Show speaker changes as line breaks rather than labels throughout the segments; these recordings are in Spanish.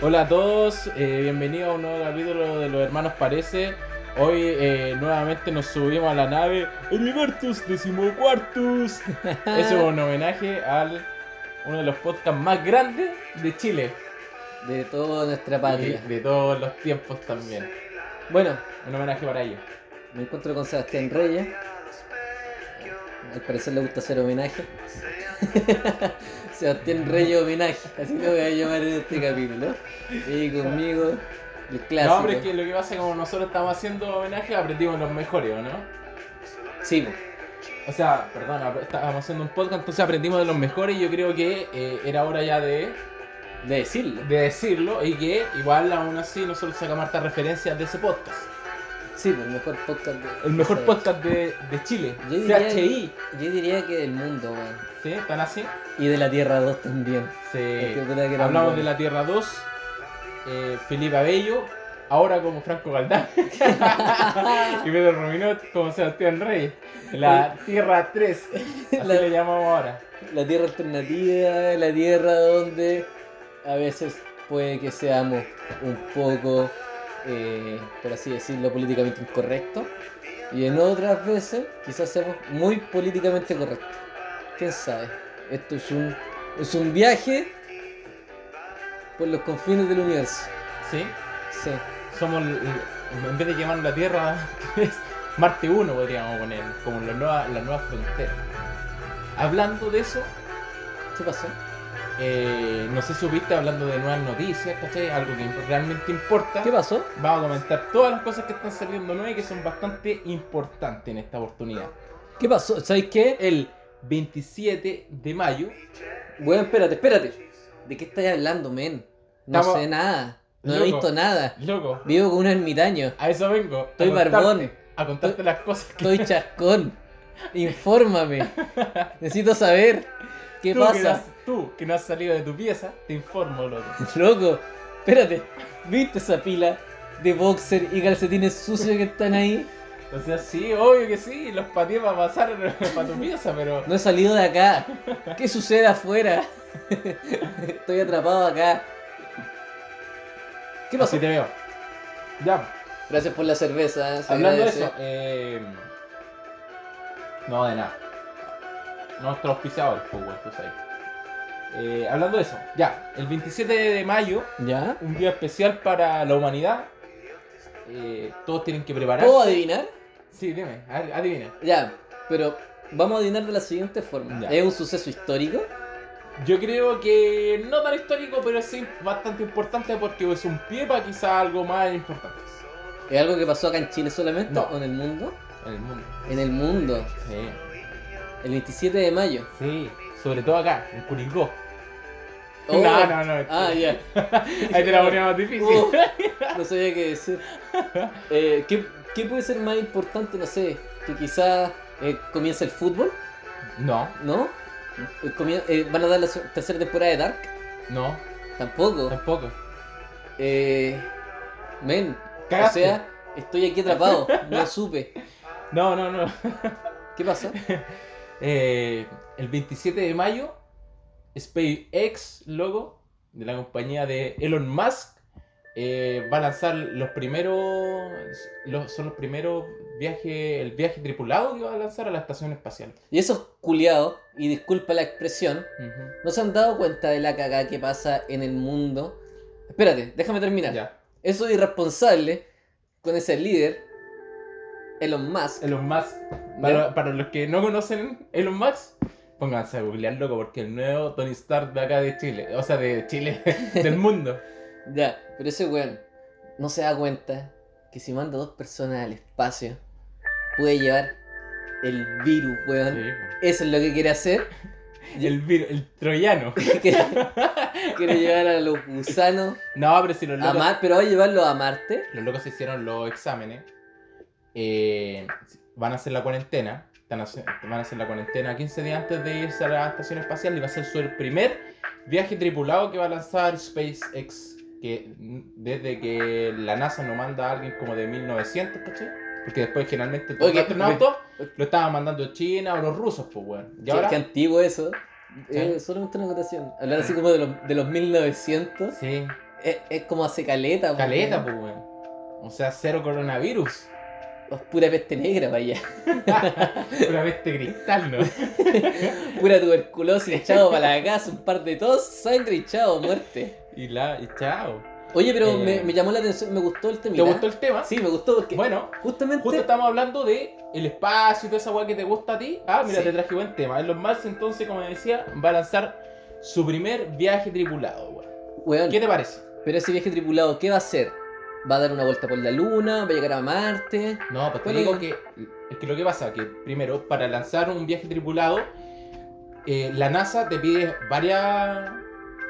Hola a todos, eh, bienvenidos a un nuevo capítulo de Los Hermanos Parece. Hoy eh, nuevamente nos subimos a la nave Univertus Decimocuartus. Eso es un homenaje al uno de los podcasts más grandes de Chile
De toda nuestra
y
patria.
de todos los tiempos también.
Bueno,
Un homenaje para ellos.
me encuentro con Sebastián Reyes. Al parecer le gusta hacer homenaje. Sebastián Reyes homenaje, así lo voy a llamar en este capítulo. Y conmigo, el
No,
clásico.
hombre, es que lo que pasa es que como nosotros estamos haciendo homenaje, aprendimos los mejores, ¿o no?
Sí, po.
O sea, perdón, ap- estábamos haciendo un podcast, entonces aprendimos de los mejores y yo creo que eh, era hora ya de,
de decirlo.
de decirlo y que igual aún así nosotros sacamos hartas referencias de ese podcast.
Sí, po, el mejor podcast de...
El mejor
de-
podcast de, de Chile.
Yo diría,
CHI.
yo diría que del mundo, weón.
¿Sí? ¿Están así?
Y de la Tierra 2 también.
Sí.
Porque puta que era
Eh, Hablamos
muy
de la Tierra 2, eh, Felipe Abello, ahora como Franco Galdán y Pedro Ruminot como Sebastián Reyes. La Tierra 3, así
La-
le llamamos ahora.
La tierra alternativa, la tierra donde a veces puede que seamos un poco, eh, por así decirlo, políticamente incorrectos. Y en otras veces quizás seamos muy políticamente correctos. ¿Quién sabe? Esto es un, es un viaje por los confines del universo.
¿Sí?
Sí.
Somos, l- en vez de llamar la Tierra, es Marte 1 podríamos poner, como la nueva, la nueva frontera. Hablando de eso,
¿Qué pasó?
eh, no sé si supiste hablando de nuevas noticias, ¿cachai? Algo que realmente importa.
¿Qué pasó?
Vamos a comentar todas las cosas que están saliendo nuevas y que son bastante importantes en esta oportunidad.
¿Qué pasó? ¿Sabes qué? Eh,
El 27 de mayo,
Bueno, espérate, espérate. ¿De qué estás hablando, men? No
Estamos-
sé nada. No he
Loco.
visto nada.
loco,
Vivo con un ermitaño.
a eso vengo. a
Estoy
contarte-
barbón.
A contarte las cosas que
Estoy chascón. Infórmame. Necesito saber
tú,
qué
Que no
pasa.
has- tú, que no has salido de tu pieza, te informo, loco.
Loco, espérate. ¿Viste esa pila de boxer y calcetines sucios que están ahí?
O sea, sí, obvio que sí, los pateé para pasar para tu pieza, pero
No he salido de acá. ¿Qué sucede afuera? Estoy atrapado acá. ¿Qué pasó?
así te veo. Ya,
Gracias por la cerveza. se
hablando de
agradece.
eso, eh, no de nada. Nuestro auspiciador, pues, weón, tú sabes. Eh, hablando de eso, ya, el 27 de mayo,
¿Ya?
un día especial para la humanidad. Eh, todos tienen que prepararse.
¿Puedo adivinar?
Sí, dime, a- adivina.
Ya, pero vamos a adivinar de la siguiente forma.
Ya.
¿Es un suceso histórico?
Yo creo que no tan histórico, pero sí bastante importante porque es un pie para quizá algo más importante
¿Es algo que pasó acá en Chile solamente
No.
o en el mundo?
en el mundo.
En el mundo,
Sí.
el 27 de mayo.
Sí, sobre todo acá, en Curicó.
Oh,
No, no, no.
Ah, ya.
Ahí te la ponía más difícil.
Uh, no sabía qué decir. Eh, ¿qué, qué puede ser más importante? No sé, que quizás eh, comience el fútbol,
No,
¿no? Eh, comien- eh, ¿Van a dar la se- tercera temporada de Dark?
no,
Tampoco.
tampoco.
Eh, men, o
Cagaste.
sea, estoy aquí atrapado, no supe.
No, no, no.
¿Qué pasa?
Eh, el 27 de mayo, SpaceX, logo, de la compañía de Elon Musk, eh, va a lanzar los primeros. los- son los primeros viajes. El viaje tripulado que va a lanzar a la estación espacial.
Y esos culiados, y disculpa la expresión,
Ujú.
¿No se han dado cuenta de la cagada que pasa en el mundo? Espérate, déjame terminar.
Ya.
Eso irresponsable con ese líder, Elon Musk.
Elon Musk. Para, para los que no conocen Elon Musk, pónganse a googlear loco porque el nuevo Tony Stark de acá de Chile, o sea, de Chile, del mundo.
Ya, pero ese weón no se da cuenta que si manda dos personas al espacio, puede llevar el virus, weón.
Sí,
Eso es lo que quiere hacer.
po. el, vir- el troyano.
quiere, quiere llevar a los gusanos
No, pero si los
a
locos,
Marte, pero va a llevarlos a Marte.
los locos se hicieron los exámenes, eh, van a hacer la cuarentena, están hace- van a hacer la cuarentena 15 días antes de irse a la estación espacial y va a ser su el primer viaje tripulado que va a lanzar SpaceX. Que desde que la NASA no manda a alguien como de 1900, ¿cachai? Porque después generalmente todos
Oye,
los astronautas lo estaban mandando China o los rusos, pues, weón. Y
Qué,
ahora.
qué antiguo eso.
Sí. Ah.
Eh, solamente una acotación. Hablar así como de los, de los 1900.
Sí,
Es, es como hace caleta, po,
Caleta,
weón.
pues, weón. O sea, cero coronavirus.
Pues Pura peste negra para allá.
Una peste cristal, ¿no?
Pura tuberculosis, echado para la casa, un par de tos, sangre y chao, muerte.
Y la. Y chao.
Oye, pero
Eh.
me, me llamó la atención, me gustó el
¿Te
temita.
gustó el tema?
Sí, me gustó porque
Bueno,
justamente.
justo estamos hablando de el espacio y toda esa weá que te gusta a ti. Ah, mira,
Sí.
te traje buen tema. Elon Musk, entonces, como decía, va a lanzar su primer viaje tripulado, weón.
Weón,
¿Qué te parece?
pero ese viaje tripulado, ¿qué va a hacer? ¿Va a dar una vuelta por la luna? ¿Va a llegar a Marte?
No, pues te
Bueno,
digo
y-
que es que lo que pasa que primero para lanzar un viaje tripulado eh, la NASA te pide varias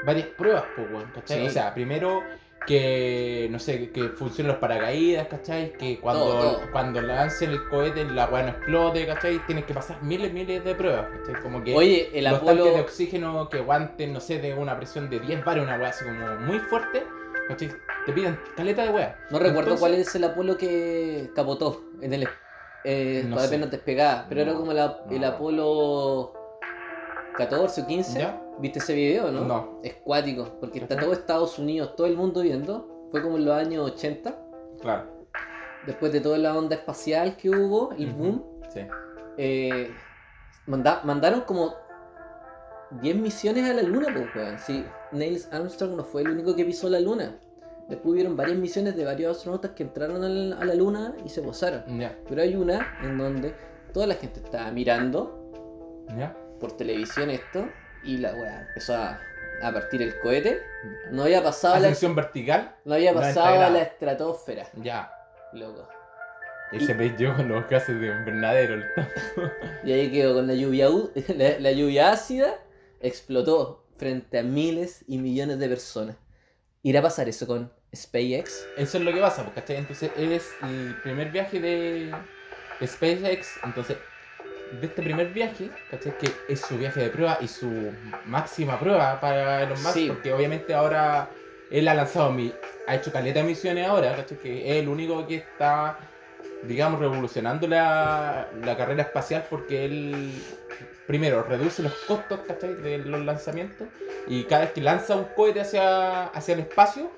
varias pruebas, pues, weón, ¿cachai?
Sí.
O sea, primero que no sé que funcionen los paracaídas, ¿cachai? Que cuando
Todo, todo.
cuando lancen el cohete la weá no explote, ¿cachai? Tienes que pasar miles miles de pruebas, ¿cachai? Como que
Oye, el
los tanques de
Apolo.
oxígeno que aguanten, no sé, de una presión de 10 bares, una weá así como muy fuerte, ¿cachai? Te piden caleta de weá.
No recuerdo
Entonces-
cuál es el Apolo que capotó en el. Eh,
No
todavía
sé.
no te despegaba, pero era
No,
como la- el
no.
Apolo 14 o 15.
¿Ya?
¿Viste ese video, no?
no.
Es cuático, porque está
Ajá.
todo Estados Unidos, todo el mundo viendo. Fue como en los años 80,
Claro.
después de toda la onda espacial que hubo, el
Ujú.
boom.
Sí.
eh, manda- mandaron como 10 misiones a la luna, pues, weón. Sí, Neil Armstrong no fue el único que pisó la luna. Después hubieron varias misiones de varios astronautas que entraron a la, a la luna y se posaron.
Ya.
Pero hay una en donde toda la gente estaba mirando
Ya.
por televisión esto y la weá empezó a, a partir el cohete. No había pasado la,
Ascensión vertical.
no había
90
pasado a la
grados.
estratosfera,
Ya.
loco.
Y
Y-
se me yo con los gases de invernadero. el ta-
Y ahí quedó con la lluvia, u- la, la lluvia ácida, explotó frente a miles y millones de personas. ¿Irá a pasar eso con SpaceX?
Eso es lo que pasa, pues, ¿cachai? Entonces es el primer viaje de SpaceX. Entonces, de este primer viaje, ¿cachai? Que es su viaje de prueba y su máxima prueba para Elon Musk.
Sí.
Porque obviamente ahora él ha lanzado mi. ha hecho caleta de misiones ahora, ¿cachai? Que es el único que está, digamos, revolucionando la, la carrera espacial porque él. Primero, reduce los costos ¿cachai? de los lanzamientos y cada vez que lanza un cohete hacia, hacia el espacio,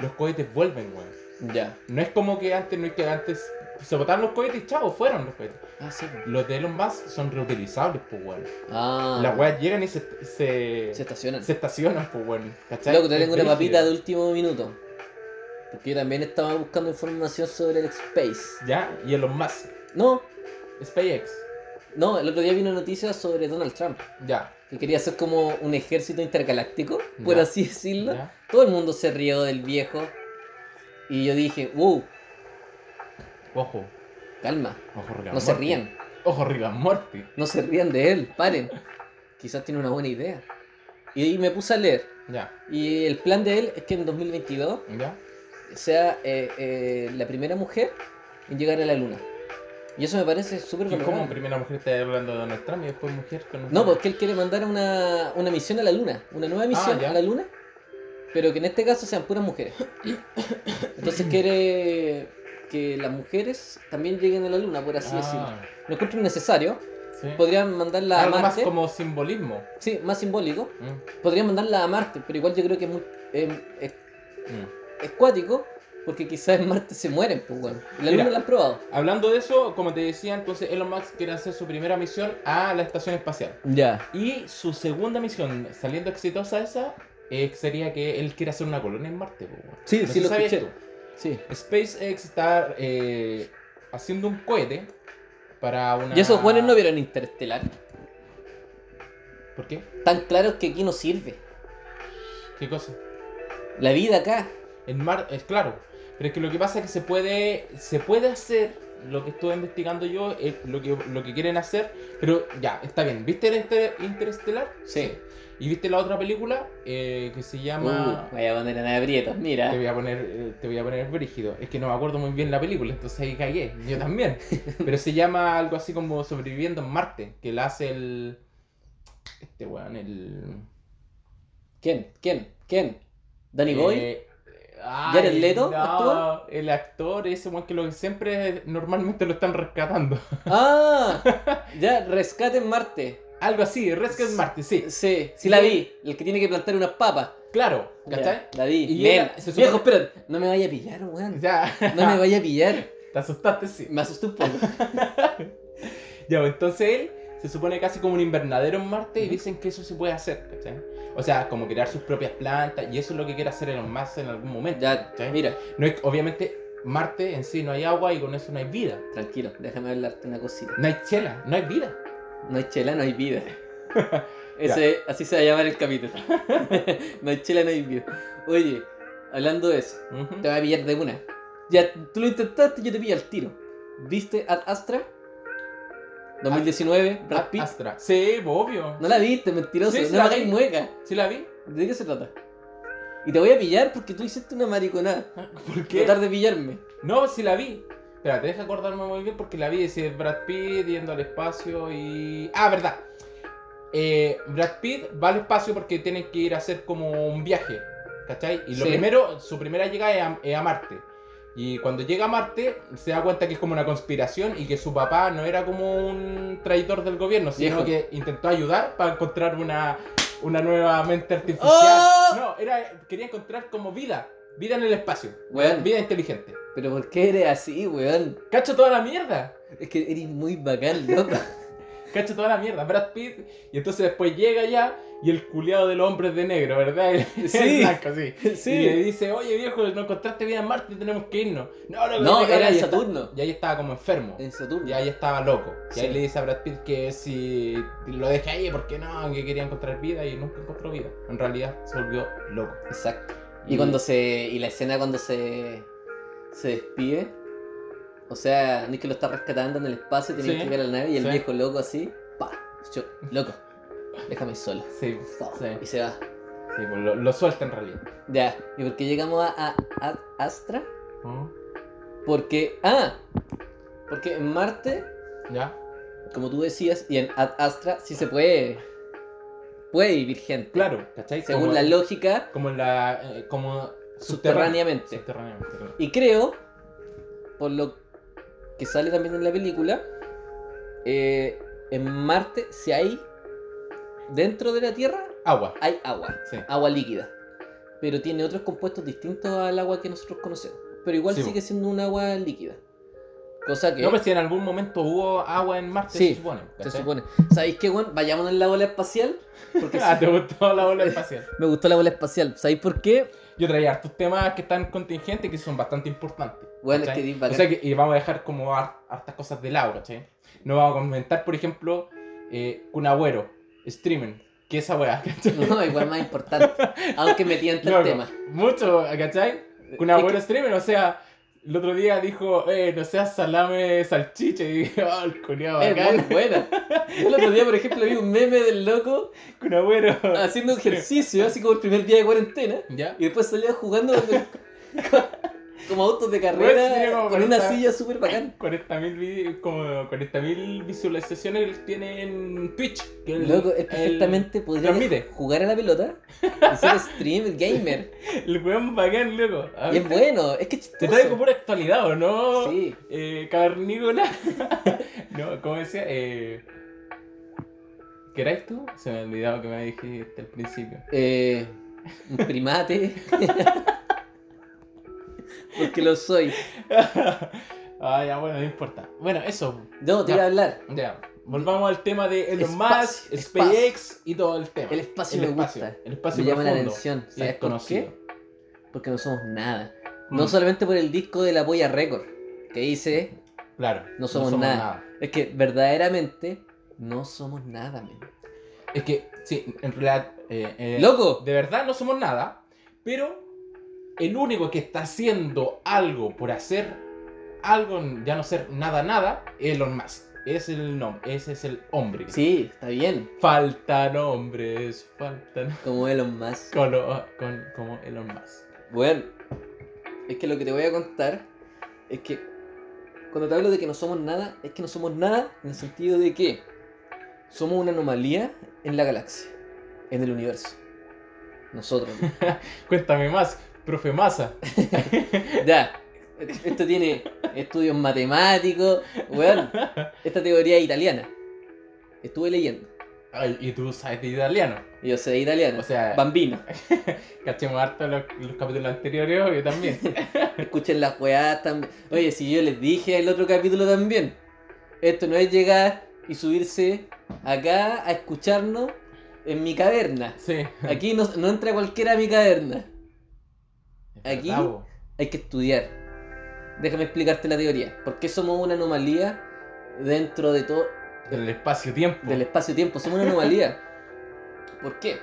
los cohetes vuelven, weón.
Ya.
No es como que antes, no es que antes se botaron los cohetes y chavo, fueron los cohetes.
Ah, sí.
Los de Elon Musk son reutilizables, pues weón.
Ah,
Las weas llegan y se, se,
se
se,
estacionan.
estacionan, pues weón. ¿Cachai?
Loco, te tengo
Es
una papita de
brígido.
último minuto. Porque yo también estaba buscando información sobre el Space.
Ya, y Elon Musk.
No,
SpaceX.
no, el otro día vino noticias sobre Donald Trump.
Ya.
Que quería hacer como un ejército intergaláctico, por
Ya.
así decirlo.
ya.
Todo el mundo se rió del viejo. Y yo dije, wow,
Ojo.
calma,
Ojo Rick and
no se
Morty.
rían,
Ojo Rick and Morty.
no se rían de él, paren. Quizás tiene una buena idea. Y ahí me puse a leer.
Ya.
Y el plan de él es que en 2022
Ya.
sea eh, eh, la primera mujer en llegar a la luna. Y eso me parece súper
¿Y cómo
valorable.
primera mujer está hablando de Donald Trump y después mujer con
No, pues, porque él quiere mandar una, una misión a la luna, una nueva misión
Ah, ya.
a la luna, pero que en este caso sean puras mujeres. Entonces quiere que las mujeres también lleguen a la luna, por así decirlo.
Ah,
Lo encuentro innecesario.
sí.
Podrían mandarla a
Algo más
Marte.
como simbolismo.
Sí, más simbólico.
Mm,
Podrían mandarla a Marte, pero igual yo creo que es, muy, eh, es,
mm.
es cuático, porque quizás en Marte se mueren, pues bueno. La
Mira.
luna la han probado.
Hablando de eso, como te decía, entonces Elon Musk quiere hacer su primera misión a la estación espacial.
Ya.
Y su segunda misión, saliendo exitosa esa, eh, sería que él quiere hacer una colonia en Marte. po, weón.
Sí,
No
sí
sé si
lo
sabías
escuché. Sí.
tú. SpaceX está eh, haciendo un cohete para una...
Y esos buenos no vieron Interestelar.
¿Por qué?
Tan claros que aquí no sirve.
¿Qué cosa?
La vida acá.
En Mar es claro. Pero es que lo que pasa es que se puede, se puede hacer lo que estuve investigando yo, eh, lo, que, lo que quieren hacer. Pero ya, está bien. ¿Viste el Inter- Interestelar?
Sí.
¿Y viste la otra película eh, que se llama...
Uh, vaya a poner en aprietos,
Te
mira.
voy a poner, eh, te voy a poner brígido. Es que no me acuerdo muy bien la película, entonces ahí cagué. Yo también. Pero se llama algo así como Sobreviviendo en Marte, que la hace el. Este weón, el.
¿Quién? ¿Quién? ¿Quién? ¿Danny Boy?
Eh, ay,
¿Jared Leto
no,
actúa?
El actor, ese weón que lo siempre normalmente lo están rescatando.
¡Ah! ya, Rescate en Marte.
Algo así, Rescue en Marte, sí.
Sí, sí la vi. El que tiene que plantar unas papas.
Claro, ¿cachai?
Ya, la vi.
Y
Men,
ella- se supone-
Viejo, espérate. No me vaya a pillar, weón.
Ya.
No me vaya a pillar.
Te asustaste, sí.
Me asustó un poco.
Ya, pues, entonces él se supone casi como un invernadero en Marte y
Ujú.
dicen que eso se puede hacer, ¿cachai? O sea, como crear sus propias plantas y eso es lo que quiere hacer Elon Musk en algún momento.
Ya,
¿cachai?
mira,
No es- obviamente, Marte en sí no hay agua y con eso no hay vida.
tranquilo, déjame hablarte una cosita.
No hay chela, no hay vida.
No hay chela, no hay vida. Ese, así se va a llamar el capítulo. no hay chela, no hay vida. Oye, hablando de eso,
Ujú.
te voy a pillar de una. Ya, tú lo intentaste, yo te pillo al tiro. ¿Viste Ad Astra? 2019, Brad
A-
Pitt.
Astra. Sí, pues, obvio.
No la viste, mentiroso.
Sí, sí
no me
la
hagáis
vi.
mueca.
¿Sí la vi?
¿De qué se trata? Y te voy a pillar porque tú hiciste una mariconada.
¿Por qué?
Tratar de pillarme.
No, sí la vi. Espera, te deja acordarme muy bien porque la vi. Es decir, Brad Pitt yendo al espacio y. Ah, verdad. Eh, Brad Pitt va al espacio porque tiene que ir a hacer como un viaje. ¿Cachai? Y lo
Sí.
primero, su primera llegada es a, es a Marte. Y cuando llega a Marte, se da cuenta que es como una conspiración y que su papá no era como un traidor del gobierno, sino
Viejo.
que intentó ayudar para encontrar una, una nueva mente artificial.
¡Oh!
No, era, quería encontrar como vida, vida en el espacio,
Weón,
vida inteligente.
pero ¿por qué eres así, weón?
Cacho toda la mierda.
Es que eres muy bacán, loco.
Cacho toda la mierda. Brad Pitt. Y entonces después llega ya y el culiado del hombre es de negro, ¿verdad? El-
Sí.
el blanco, sí. Y le
sí.
dice, oye viejo, no encontraste vida en Marte, tenemos que irnos. No, no,
No, era en
y está-
Saturno.
Y ahí estaba como enfermo.
En Saturno.
Y ahí estaba loco. Y
Sí.
ahí le dice a Brad Pitt que si lo deja ahí, ¿por qué no? Que quería encontrar vida y nunca encontró vida. En realidad se volvió loco.
Exacto. Y cuando
Mm.
se. Y la escena cuando se. se despide. O sea, Nick lo está rescatando en el espacio, tiene
Sí.
que llegar a la nave y el
Sí.
viejo loco así. Pa. Yo, loco. Déjame solo.
Sí,
Pa,
Sí.
Y se va.
sí, pues lo, lo suelta en realidad.
Ya. ¿Y por qué llegamos a, a- a Astra?
Ujú.
Porque. ¡Ah! Porque en Marte,
¿Ya?
como tú decías, y en Ad Astra sí se puede. Puede vivir gente.
Claro, ¿cachai?
Según
Como-
la lógica,
Como en la. eh, como. subterránea.
subterráneamente.
Subterráneamente, claro.
Y creo, por lo que sale también en la película, eh, en Marte, si hay dentro de la Tierra,
Agua,
hay agua,
sí.
agua líquida. Pero tiene otros compuestos distintos al agua que nosotros conocemos. Pero igual
Sí,
sigue siendo un agua líquida. Cosa que
No, pero si en algún momento hubo agua en Marte,
Sí,
se supone.
se
¿cachai?
supone. ¿Sabéis qué, weón? Vayamos en la bola espacial. Porque
ah,
sí,
te gustó la bola espacial.
me gustó la bola espacial. ¿Sabéis por qué?
Yo traía hartos temas que están contingentes que son bastante importantes.
Bueno, es
¿cachai?
que di bacán.
O sea que y vamos a dejar como har- hartas cosas de lado, ¿cachai? No vamos a comentar, por ejemplo, eh, Kun Agüero, streaming, que esa weá, ¿cachai?
No, igual más importante. Aunque me tienta el
Loco,
tema. Eh,
Mucho, ¿cachai? Kun
Es
Agüero streamer, o sea, el otro día dijo, eh, no seas salame salchicha, y dije, ah, el culiado
Es
acá,
muy buena. Yo el otro día, por ejemplo, vi un meme del loco
Kun Agüero.
haciendo ejercicio, así como el primer día de cuarentena,
¿Ya?
y después salía jugando con- con- como autos de
Bueno, sí,
carrera
como
con una
parece-
silla súper bacán.
40.000 vi- como 40.000 visualizaciones tiene en Twitch. Que el-
Loco, él
el-
perfectamente podría
transmite.
jugar a la pelota y ser streamer, gamer.
El, weón bacán, loco. A
Y
ver,
es bueno, es que es
Te
chistoso.
traigo pura actualidad, ¿o no?
Sí,
Eh, Cavernícola. no, ¿cómo decía? Eh, ¿Qué erais tú? Se me ha olvidado que me dijiste al principio.
eh, un primate. Porque lo soy.
ah, ya, bueno, no importa. Bueno, eso.
No, te voy a
Ya.
hablar.
Ya. Volvamos al tema de Elon Musk,
Espacio,
SpaceX y todo el tema.
El espacio me gusta.
El espacio
Me llama la
profundo
atención.
y
¿Sabes por
desconocido.
qué? Porque no somos nada. No
Mm.
solamente por el disco de la polla récord, que dice,
Claro.
No somos nada. es que verdaderamente no somos nada, men.
Es que, sí, en realidad. eh, eh,
Loco,
De verdad no somos nada, pero el único que está haciendo algo por hacer algo, ya no ser nada, nada, es Elon Musk. Es el nombre, ese es el hombre.
sí, está bien,
Faltan hombres, faltan
como Elon Musk.
colo- con, como Elon Musk.
Bueno, es que lo que te voy a contar es que cuando te hablo de que no somos nada, es que no somos nada en el sentido de que somos una anomalía en la galaxia, en el universo. Nosotros. men.
Cuéntame más, profe Massa.
Ya, esto tiene estudios matemáticos, weón. Esta teoría es italiana. Estuve leyendo.
Ay, y tú sabes de italiano.
Y Yo sé italiano.
O sea,
Bambino.
cachemos harto los, los capítulos anteriores, obvio, también.
Escuchen las weas también. Oye, si yo les dije el otro capítulo también. Esto no es llegar y subirse acá a escucharnos en mi caverna.
Sí.
Aquí no, no entra cualquiera a mi caverna. Aquí-
Es verdad, po.
Hay que estudiar. Déjame explicarte la teoría. ¿Por qué somos una anomalía dentro de todo
Del espacio-tiempo.
del espacio-tiempo? Somos una anomalía. ¿Por qué?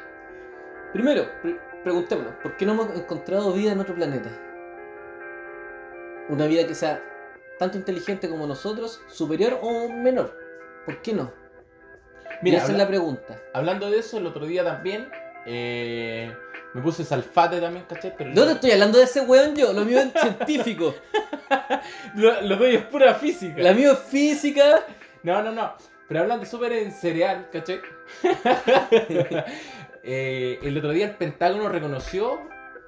Primero, pre- preguntémonos, ¿por qué no hemos encontrado vida en otro planeta? Una vida que sea tanto inteligente como nosotros, superior o menor. ¿Por qué no? Mira,
Mira,
esa
habla-
es la pregunta.
hablando de eso, el otro día también eh, me puse salfate también, ¿cachai? Pero
No te estoy hablando de ese weón yo, lo mío es científico,
Lo, lo doy es pura física.
la mío es física.
No, no, no. Pero hablando súper en cereal, ¿cachai? Eh, el otro día el Pentágono reconoció.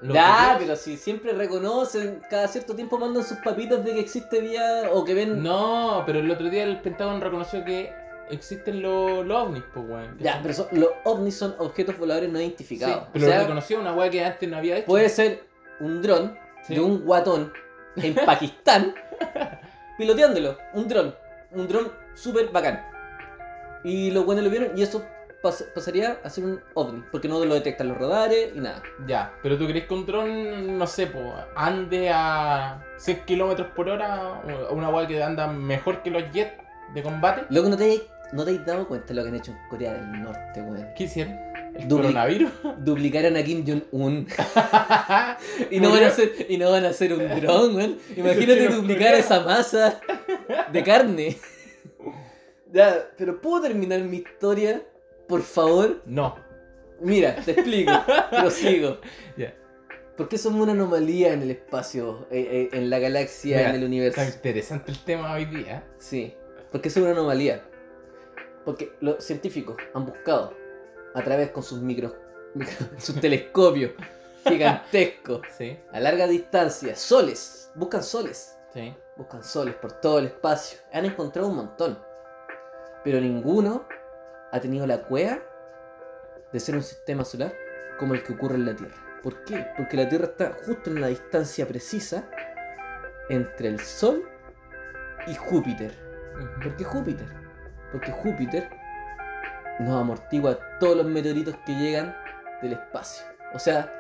los
Ya,
videos.
pero si siempre reconocen, cada cierto tiempo mandan sus papitas de que existe vida o que ven.
No, pero el otro día el Pentágono reconoció que existen los, los ovnis, pues, weón. ¿cachai?
Ya, pero son- los ovnis son objetos voladores no
Sí,
identificados.
pero
o sea,
lo reconoció una weá que antes no había hecho.
puede ser un dron
Sí.
de un guatón en Pakistán piloteándolo. Un dron. Un dron súper bacán. Y los buenos lo vieron y eso pas- pasaría a ser un ovni, porque no lo detectan los radares y nada.
Ya, pero tú crees que un dron, no sé, po, ande a 100 kilómetros por hora, o una weá que anda mejor que los jets de combate.
Luego no te, no te has dado cuenta de lo que han hecho en Corea del Norte, weón.
¿Qué hicieron? ¿El
Dupli-
coronavirus?
Duplicaron a Kim Jong-un. Y no, van a hacer, y no van a hacer un dron, weón. Imagínate
Esos
duplicar
chinos
esa masa de carne. Ya, pero ¿puedo terminar mi historia? Por favor.
no.
Mira, te explico. Prosigo.
Ya.
¿Por qué somos una anomalía en el espacio, eh, eh, en la galaxia,
Mira,
en el universo?
Está interesante el tema hoy día.
Sí. ¿Por qué somos una anomalía? Porque los científicos han buscado, a través con sus micros, micro- sus telescopios gigantescos,
Sí,
a larga distancia, soles, buscan soles.
sí.
Buscan soles por todo el espacio. Han encontrado un montón. Pero ninguno ha tenido la cueva de ser un sistema solar como el que ocurre en la Tierra. ¿Por qué? Porque la Tierra está justo en la distancia precisa entre el Sol y Júpiter. ¿Por qué Júpiter? Porque Júpiter nos amortigua todos los meteoritos que llegan del espacio. O sea,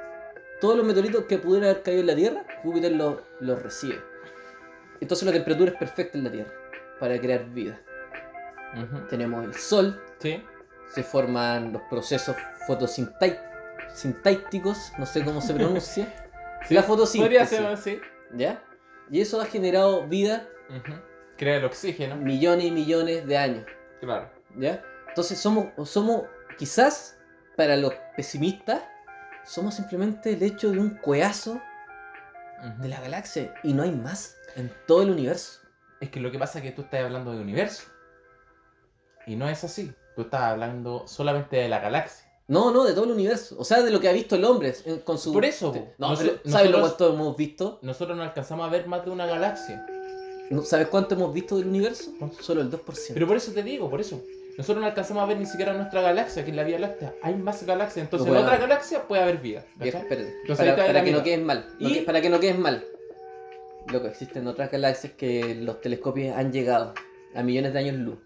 todos los meteoritos que pudieran haber caído en la Tierra, Júpiter los los recibe. Entonces la temperatura es perfecta en la Tierra para crear vida.
Ujú.
Tenemos el Sol,
Sí.
se forman los procesos fotosintácticos, no sé cómo se pronuncia,
Sí,
la fotosíntesis.
Podría ser así.
¿ya? Y eso ha generado vida
Ujú. Crea el oxígeno.
millones y millones de años.
Claro.
¿Ya? Entonces somos, somos, quizás para los pesimistas, somos simplemente el hecho de un cueazo
Ujú.
de la galaxia y no hay más en todo el universo.
Es que lo que pasa es que tú estás hablando de universo. Y no es así. Tú estás hablando solamente de la galaxia.
No, no, de todo el universo. O sea, de lo que ha visto el hombre en- con su...
Por eso, po.
No,
Nos-
pero ¿sabes lo
nosotros-
cuánto hemos visto?
Nosotros no alcanzamos a ver más de una galaxia.
¿No- ¿Sabes cuánto hemos visto del universo? Solo el 2%.
Pero por eso te digo, por eso. Nosotros no alcanzamos a ver ni siquiera nuestra galaxia, que es la Vía Láctea. Hay más galaxias. Entonces
Bueno.
en otra galaxia puede haber vida.
Viejo,
¿cachai?
espérate.
Entonces ahí
para,
está
para
la
que no
mitad.
quedes mal. no
Y-
que- para que no quedes mal. Loco, existen otras galaxias que los telescopios han llegado a millones de años luz.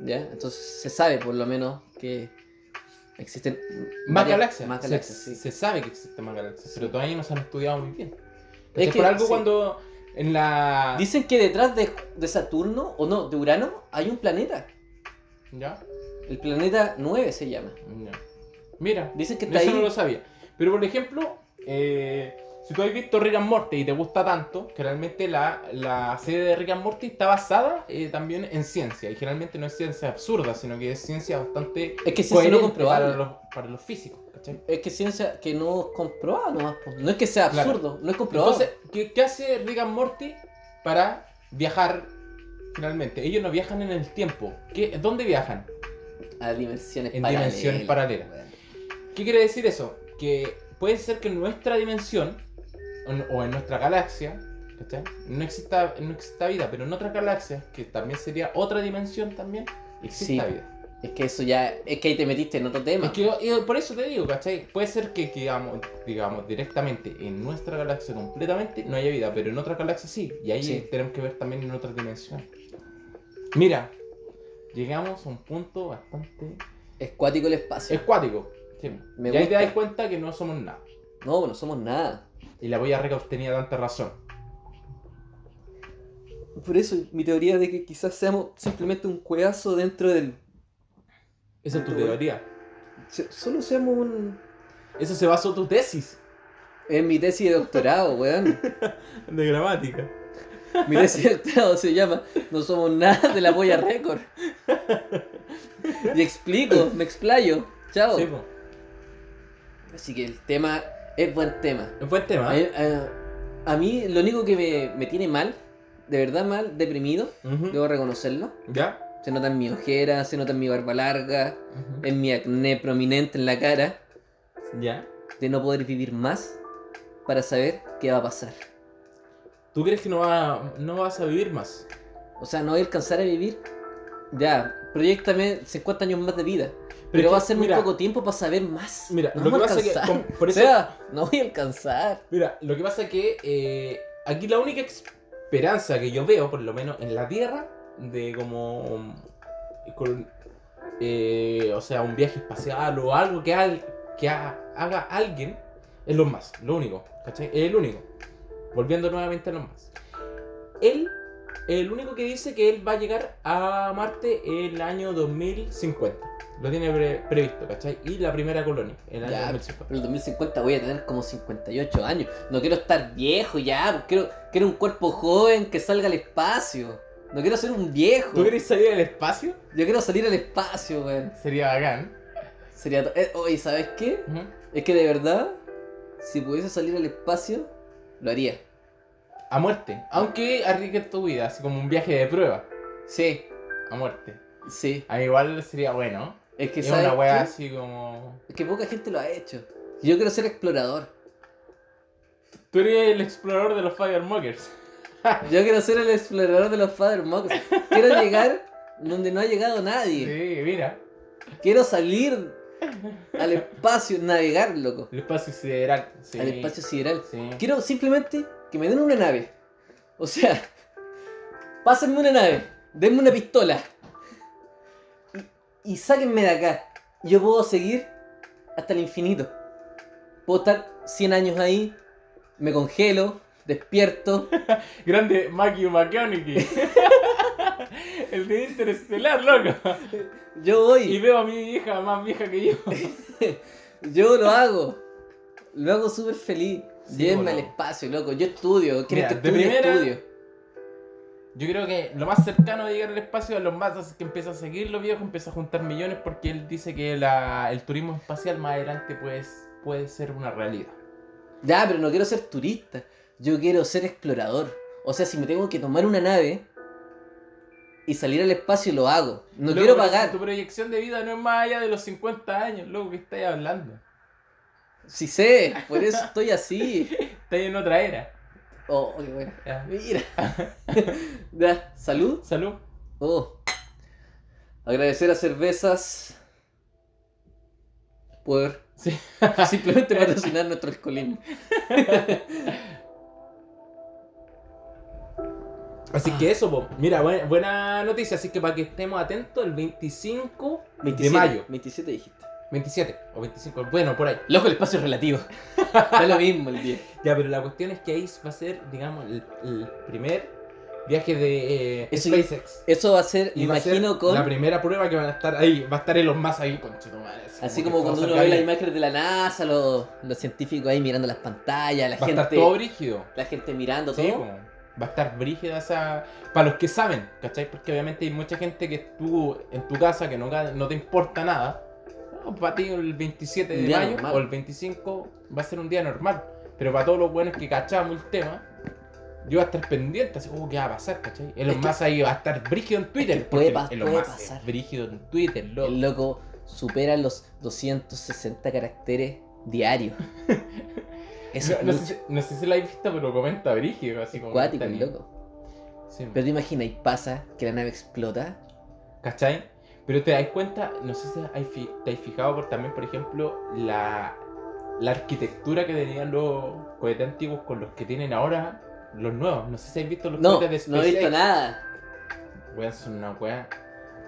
¿Ya? Entonces se sabe por lo menos que existen
Más
varias-
galaxias.
Más
Se-
galaxias,
se,
sí.
sabe que existen más galaxias,
Sí.
pero todavía no se han estudiado muy bien.
Es
Es
que-
por algo
sí.
cuando en la...
Dicen que detrás de, de Saturno, o no, de Urano, hay un planeta.
¿Ya?
El planeta 9 se llama.
Ya. Mira,
Dicen que
eso
está ahí.
no lo sabía. Pero por ejemplo, eh, si tú has visto Rick and Morty y te gusta tanto, generalmente la, la serie de Rick and Morty está basada eh, también en ciencia. Y generalmente no es ciencia absurda, sino que es ciencia bastante
Es que si no
coherente
comprobable.
para los, para los físicos. ¿cachai?
Es que ciencia que no es comprobada nomás. po. No es que sea
Claro.
absurdo, no es comprobado.
Entonces, ¿qué, qué hace Rick and Morty para viajar finalmente? Ellos no viajan en el tiempo. ¿Qué, ¿Dónde viajan?
a Ah, dimensiones
En
paralelas.
dimensiones paralelas.
weón.
¿Qué quiere decir eso? Que puede ser que en nuestra dimensión, o en- o en nuestra galaxia, ¿cachai? No exista, no exista vida, pero en otras galaxias, que también sería otra dimensión también, exista
Sí.
vida.
Es que eso ya, es que ahí te metiste en otro tema.
Es que yo- yo por eso te digo, ¿cachai? Puede ser que, digamos, digamos, directamente en nuestra galaxia completamente no haya vida, pero en otras galaxias sí. Y ahí
Sí.
tenemos que ver también en otra dimensión. Mira, llegamos a un punto bastante
Es cuático el espacio.
escuático. sí.
Me
y ahí te
gusta.
das cuenta que no somos nada.
No, no somos nada.
Y la Boya Records tenía tanta razón.
Por eso mi teoría de que quizás seamos simplemente un cueazo dentro del...
Esa es tu
Tú, güey.
teoría.
se- Solo seamos un...
Eso se basó en tu tesis
Es mi tesis de doctorado, weón.
de gramática.
Mi tesis de doctorado se llama No somos nada de la polla récord. Y explico, me explayo. Chao.
Sí, po.
Así que el tema es buen tema.
Es buen tema.
A,
¿eh?
a- a mí lo único que me, me tiene mal, de verdad mal, deprimido,
Ujú.
debo reconocerlo.
¿Ya?
Se notan mi ojera, se notan mi barba larga,
Ujú.
en mi acné prominente en la cara,
¿Ya?
de no poder vivir más para saber qué va a pasar.
¿Tú crees que no, va- no vas a vivir más?
O sea, no voy a alcanzar a vivir. Ya, proyectame 50 años más de vida. Pero,
es que,
va a ser muy
mira,
poco tiempo para saber más.
Mira,
No
lo que
vamos a
pasa es que.
alcanzar.
con- por
O
eso-
sea, no voy a alcanzar.
mira, lo que pasa es que eh, aquí la única esperanza que yo veo, por lo menos en la Tierra, de como. um, con- eh, o sea, un viaje espacial o algo que, al- que ha- haga alguien, es lo más, lo único, ¿cachai? Es el único. Volviendo nuevamente a lo más. Él. es El único que dice que él va a llegar a Marte el año 2050. Lo tiene pre- previsto, ¿cachai? Y la primera colonia, el año
Ya,
2050.
Pero el 2050 voy a tener como 58 años. No quiero estar viejo ya. pues Quiero, quiero un cuerpo joven que salga al espacio. No quiero ser un viejo.
¿Tú querés salir al espacio?
Yo quiero salir al espacio, weón.
Sería bacán.
Sería. to- eh, Oye, ¿sabes qué? Es que de verdad, si pudiese salir al espacio, lo haría.
A muerte. Aunque arriesgues tu vida, así como un viaje de prueba.
Sí,
A muerte.
sí.
A mí igual sería bueno.
Es que
Es
¿sabes
una wea
qué?
así como.
Es que poca gente lo ha hecho. Yo quiero ser explorador.
Tú eres el explorador de los Firemokers.
Yo quiero ser el explorador de los Father Mugs. Quiero llegar donde no ha llegado nadie.
Sí, mira.
Quiero salir al espacio, navegar, loco.
El espacio sideral. Sí.
Al espacio sideral.
Sí.
Quiero simplemente que me den una nave. O sea, pásenme una nave, denme una pistola y, y sáquenme de acá. Yo puedo seguir hasta el infinito. Puedo estar 100 años ahí, me congelo, despierto.
Grande Matthew McConaughey. el de Interestelar, loco.
Yo
Y
voy,
veo a mi hija más vieja que yo.
yo lo hago. Lo hago súper feliz.
Sí,
Llévenme
bueno.
al espacio, loco. Yo estudio. ¿Quieres
Mira,
que
de
estudie?
primera-
Estudio.
Yo creo que lo más cercano de llegar al espacio a los más que empieza a seguir los viejos, empieza a juntar millones porque él dice que la- el turismo espacial más adelante pues, puede ser una realidad.
Ya, pero no quiero ser turista. Yo quiero ser explorador. O sea, si me tengo que tomar una nave y salir al espacio, lo hago. No
Loco,
quiero
pero
pagar.
Tu proyección de vida no es más allá de los 50 años, loco, que estáis hablando.
Si sé, por eso estoy así.
Estáis en otra era.
Oh, qué bueno.
Ya.
Mira. Ya, salud.
Salud.
Oh. Agradecer a cervezas por
Sí.
simplemente patrocinar nuestro alcoholismo.
Así que eso, po. mira, buen- buena noticia. Así que para que estemos atentos, el 25 de
27,
mayo.
27 dijiste.
27 o 25, bueno, por ahí.
Loco, el espacio es relativo. Da lo mismo el día.
Ya, pero la cuestión es que ahí va a ser, digamos, el, el primer viaje de eh,
Eso-
SpaceX.
Eso va a ser, me
Y va a ser
imagino, con.
La primera prueba que van a estar ahí, va a estar Elon Musk ahí, conchetumare,
Así
que
como
todo
cuando uno
salga
ve las
bien.
imágenes de la NASA, los, los científicos ahí mirando las pantallas, la
Va a estar
gente
todo brígido.
la gente mirando
Sí,
todo.
como, va a estar brígida esa. Para los que saben, ¿cachai? Porque obviamente hay mucha gente que tú en tu casa que no, ga- no te importa nada. No, Para ti el 27 de
Un día
mayo
normal.
o el 25 va a ser un día normal. Pero para todos los buenos que cachamos el tema, yo voy a estar pendiente. Así, oh, ¿qué va a pasar, cachai? Elon
Es que-
Musk ahí va a estar brígido en Twitter.
puede
porque
pas-
Elon
puede
Musk es
pasar.
brígido en Twitter, loco.
El loco supera los 260 caracteres diarios. Eso
No,
es
no
mucho
sé, si- no sé si la habéis visto, pero comenta brígido, así como.
acuático,
está
el
ni-
loco.
Sí.
Pero te imaginas, y pasa que la nave explota.
¿Cachai? Pero te das cuenta, no sé si hay fi- te has fijado por, también, por ejemplo, la, la arquitectura que tenían los cohetes antiguos con los que tienen ahora los nuevos. No sé si has visto los
No,
cohetes de
no he visto
SpaceX.
nada.
Weón, son una wea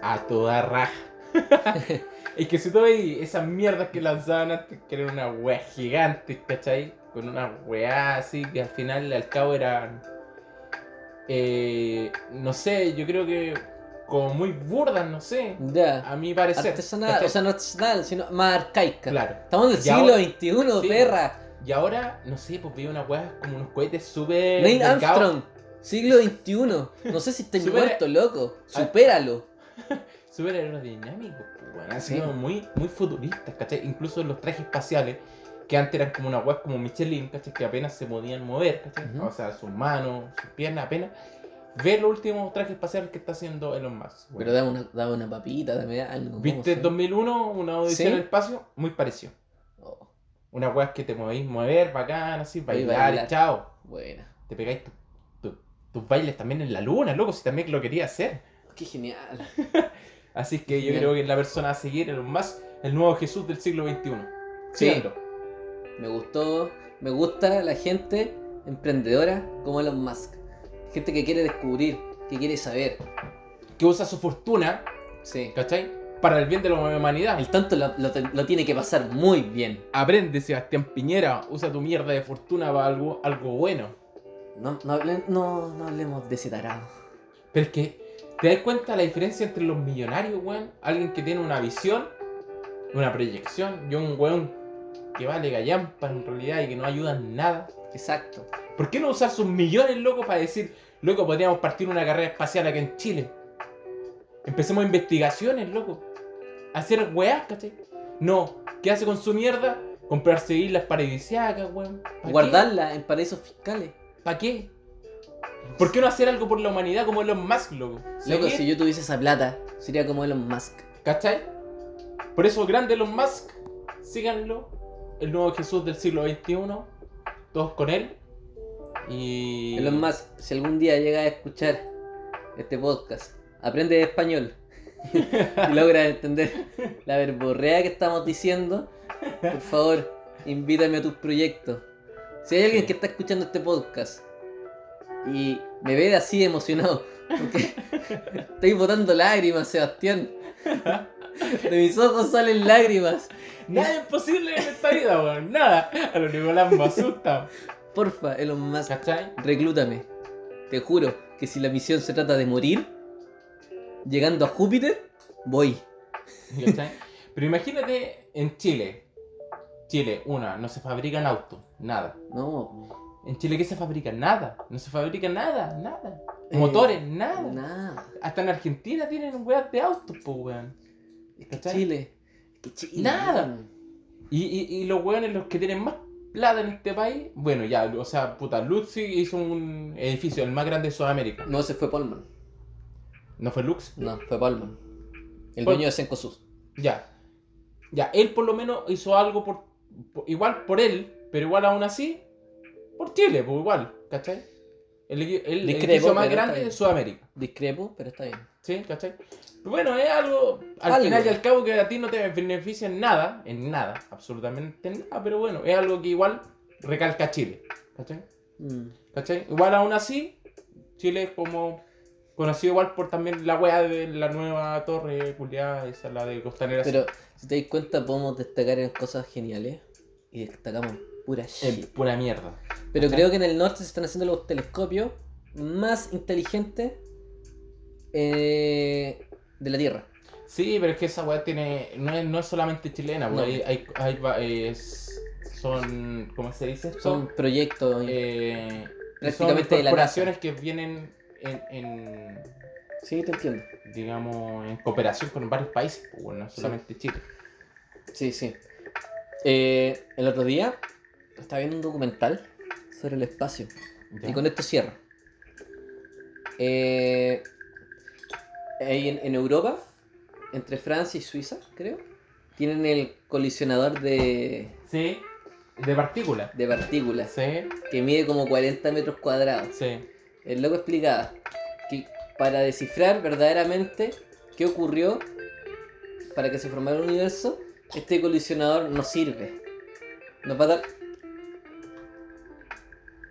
a toda raja. es que si tú veis esas mierdas que lanzaban antes, que eran una wea gigante, ¿cachai? Con una wea así que al final, al cabo, eran. eh, no sé, yo creo que como muy burdas, no sé.
Ya.
A mi parecer.
Artesanal,
¿cachai?
o sea, no artesanal, sino más arcaica.
Claro.
Estamos en
Y
el siglo
ahora-
XXI,
sí.
perra.
Y ahora, no sé, pues vi una wea como unos cohetes súper.
Neil
delgados.
Armstrong, siglo XXI. No sé si estáis
Supera- Ah.
muerto, loco. Supéralo.
súper aerodinámicos, pues, weón. Han
Sí.
sido muy, muy futuristas, ¿cachai? Incluso los trajes espaciales, que antes eran como una weas como Michelin, ¿cachai? Que apenas se podían mover, ¿cachai?
Ujú.
O sea, sus manos, sus piernas apenas. Ver los últimos trajes espaciales que está haciendo Elon Musk. weón.
Pero dame una, dame una papita, dame algo.
¿Viste
no sé.
2001, una odisea
Sí.
en el espacio? Muy parecido.
Oh,
Una weas que te movéis, mover, bacán, así,
Voy a
bailar,
bailar.
chao.
buena.
Te pegáis tu- tu- tus bailes también en la luna, loco, si también lo quería hacer.
Qué genial.
Así que yo
Bien.
creo que es la persona a seguir, Elon Musk, el nuevo Jesús del siglo XXI.
Sí.
Síganlo.
Me gustó, me gusta la gente emprendedora como Elon Musk. Gente que quiere descubrir, que quiere saber.
que usa su fortuna,
Sí.
¿cachai? Para el bien de la humanidad.
El tonto lo, lo te- lo tiene que pasar muy bien.
Aprende, Sebastián Piñera, usa tu mierda de fortuna para algo, algo bueno.
No, no, hable- no, no hablemos de ese tarado.
Pero es que, ¿te das cuenta la diferencia entre los millonarios, weón? Alguien que tiene una visión, una proyección, y un weón que vale gallampa en realidad y que no ayuda en nada.
Exacto.
¿Por qué no usar sus millones, loco, para decir, loco, podríamos partir una carrera espacial acá en Chile? Empecemos investigaciones, loco. Hacer weas, ¿cachai? No, ¿qué hace con su mierda? Comprarse islas paradisíacas, weón.
Guardarla en paraísos fiscales.
¿Para qué? ¿Por qué no hacer algo por la humanidad como Elon Musk, loco?
Loco,
Seguir,
si yo tuviese esa plata, sería como Elon Musk.
¿Cachai? Por eso, grande Elon Musk, síganlo. El nuevo Jesús del siglo XXI. Todos con él. Y.
Elon Musk, si algún día llegas a escuchar este podcast, aprende español y logras entender la verborrea que estamos diciendo, por favor, invítame a tus proyectos. Si hay alguien que está escuchando este podcast y me ve así emocionado, porque estoy botando lágrimas, Sebastián. De mis ojos salen lágrimas.
Nada es posible en esta vida, weón. Nada. A los Nicolás me asusta.
Porfa, Elon Musk,
¿Cachai?
reclútame. Te juro que si la misión se trata de morir, llegando a Júpiter, voy.
¿Cachai? Pero imagínate en Chile. Chile, una, no se fabrican autos. Nada.
No,
En Chile, ¿qué se fabrica? Nada. No se fabrica nada. Nada.
Eh,
Motores, nada.
nada.
Hasta en Argentina tienen weas de autos, po, weón.
Es que
¿Cachai?
Chile. Es que Chile.
Nada. Y, y, y los weones, los que tienen más plata en este país. Bueno, ya, o sea, puta, Luxi hizo un edificio, el más grande de Sudamérica.
No, se fue Palman.
¿No fue Lux?
No, fue Palman. El
Pol-
dueño de Cencosud.
Ya. Ya, él por lo menos hizo algo por, por- igual por él, pero igual aún así por Chile, pues igual, ¿cachai? El, equi- el
Discrepo,
edificio más
pero está
grande
bien.
de Sudamérica,
Discrepo, pero está bien.
¿sí? ¿cachai? Pero bueno, es algo, al
Algo.
final y al cabo, que a ti no te beneficia en nada, en nada, absolutamente en nada, pero bueno, es algo que igual recalca Chile, ¿cachai?
Mm.
¿Cachai? Igual aún así, Chile es como conocido igual por también la wea de la nueva torre culiada, esa la de Costanera.
Pero si te das cuenta, podemos destacar en cosas geniales. Y destacamos pura
es
shit.
pura mierda.
Pero
¿cachai?
creo que en el norte se están haciendo los telescopios más inteligentes eh, de la Tierra.
Sí, pero es que esa weá tiene. No es, no es solamente chilena,
No.
weá. Hay, hay- hay va- es- son. ¿Cómo se dice esto?
Son proyectos.
Eh,
prácticamente
son
de la
corporaciones que vienen en, en,
Sí, te entiendo.
Digamos, en cooperación con varios países, pues, bueno, no solamente Chile.
Sí, sí. Eh, el otro día estaba viendo un documental sobre el espacio.
¿ya?
Y con esto cierro. Eh, ahí en, en Europa, entre Francia y Suiza, creo, tienen el colisionador de,
Sí, de partículas.
de partículas
Sí,
que mide como 40 metros cuadrados.
sí.
El loco explicaba que para descifrar verdaderamente qué ocurrió para que se formara el universo, este colisionador nos sirve. Nos va a dar.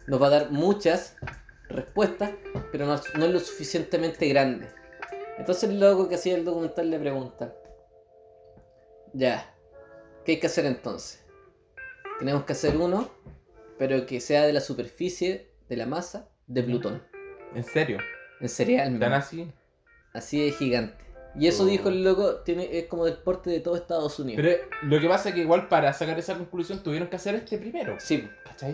Nos va a dar muchas respuestas, pero no, no es lo suficientemente grande. Entonces el loco que hacía el documental le pregunta. Ya. ¿Qué hay que hacer entonces? Tenemos que hacer uno, pero que sea de la superficie, de la masa, de Plutón.
¿En serio?
En serial,
¿Tan así?
Así de gigante. Y eso
Oh.
dijo el loco, tiene, es como del porte de todo Estados Unidos.
Pero lo que pasa es que igual para sacar esa conclusión tuvieron que hacer este primero.
Sí,
¿Cachai?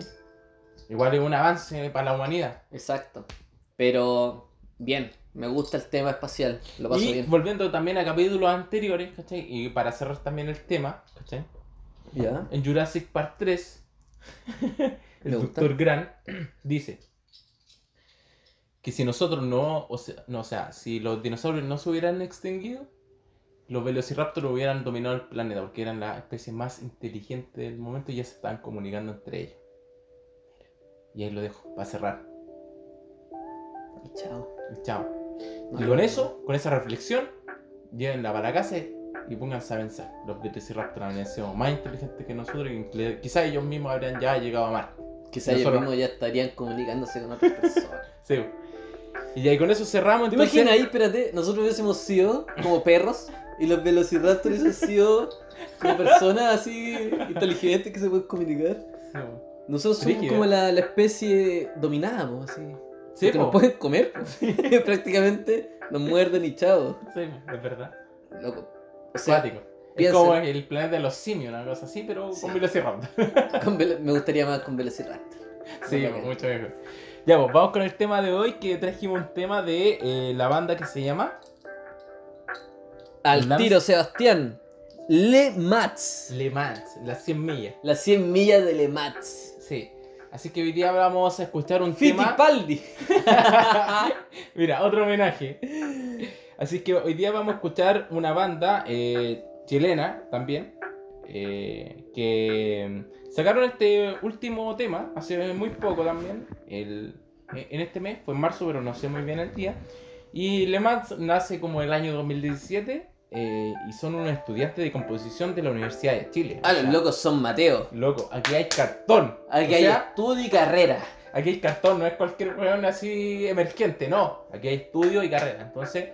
Igual es un avance para la humanidad.
exacto. Pero bien, me gusta el tema espacial, lo paso
y
bien.
volviendo también a capítulos anteriores, ¿cachai? Y para cerrar también el tema, ¿cachai?
Ya.
En Jurassic Park 3, el
Me gusta.
doctor Grant dice que si nosotros no, o sea, no, o sea, si los dinosaurios no se hubieran extinguido, los velociraptors hubieran dominado el planeta porque eran la especie más inteligente del momento y ya se estaban comunicando entre ellos. Y ahí lo dejo, para cerrar.
Y chao.
Y Chao.
No,
Y con eso, con esa reflexión, llévenla para la casa y pónganse a pensar. Los Velociraptors han sido más inteligentes que nosotros y que quizás ellos mismos habrían ya llegado a Marte.
Quizás ellos
nosotros-
mismos ya estarían comunicándose con otras personas.
Sí. Y ahí con eso cerramos.
¿Te
entonces-
imaginas ahí, espérate, nosotros hubiésemos sido como perros y los velociraptors hubiesen sido como personas así inteligentes que se pueden comunicar?
No.
Nosotros somos
Brígido.
como la, la especie dominada, po, así.
Sí,
Porque nos
po.
pueden comer, po. prácticamente nos muerden y chao.
Sí, es verdad.
Loco. O sea,
Acuático. Es
piensen.
como el planeta de los simios, una cosa así, pero
Sí.
con Velociraptor.
con velo- me gustaría más con Velociraptor.
Sí,
Bacán.
mucho mejor. Ya, pues vamos con el tema de hoy que trajimos un tema de eh, la banda que se llama
Al
Lance-
tiro, Sebastián. Le Mats.
Le Mans, las 100 millas.
Las 100 millas de Le Mats.
Sí. Así que hoy día vamos a escuchar un tema.
Fittipaldi.
Mira, otro homenaje. Así que hoy día vamos a escuchar una banda eh, chilena también. eh, que sacaron este último tema hace muy poco también. el- en este mes, fue en marzo, pero no sé muy bien el día. Y Le Mans nace como el año 2017 eh, y son unos estudiantes de composición de la Universidad de Chile.
Ah,
O
los
sea,
locos son Mateo.
Loco, aquí hay cartón.
Aquí
O
hay
sea,
estudio y carrera.
Aquí hay cartón, no es cualquier weón así emergente, no. Aquí hay estudio y carrera. Entonces,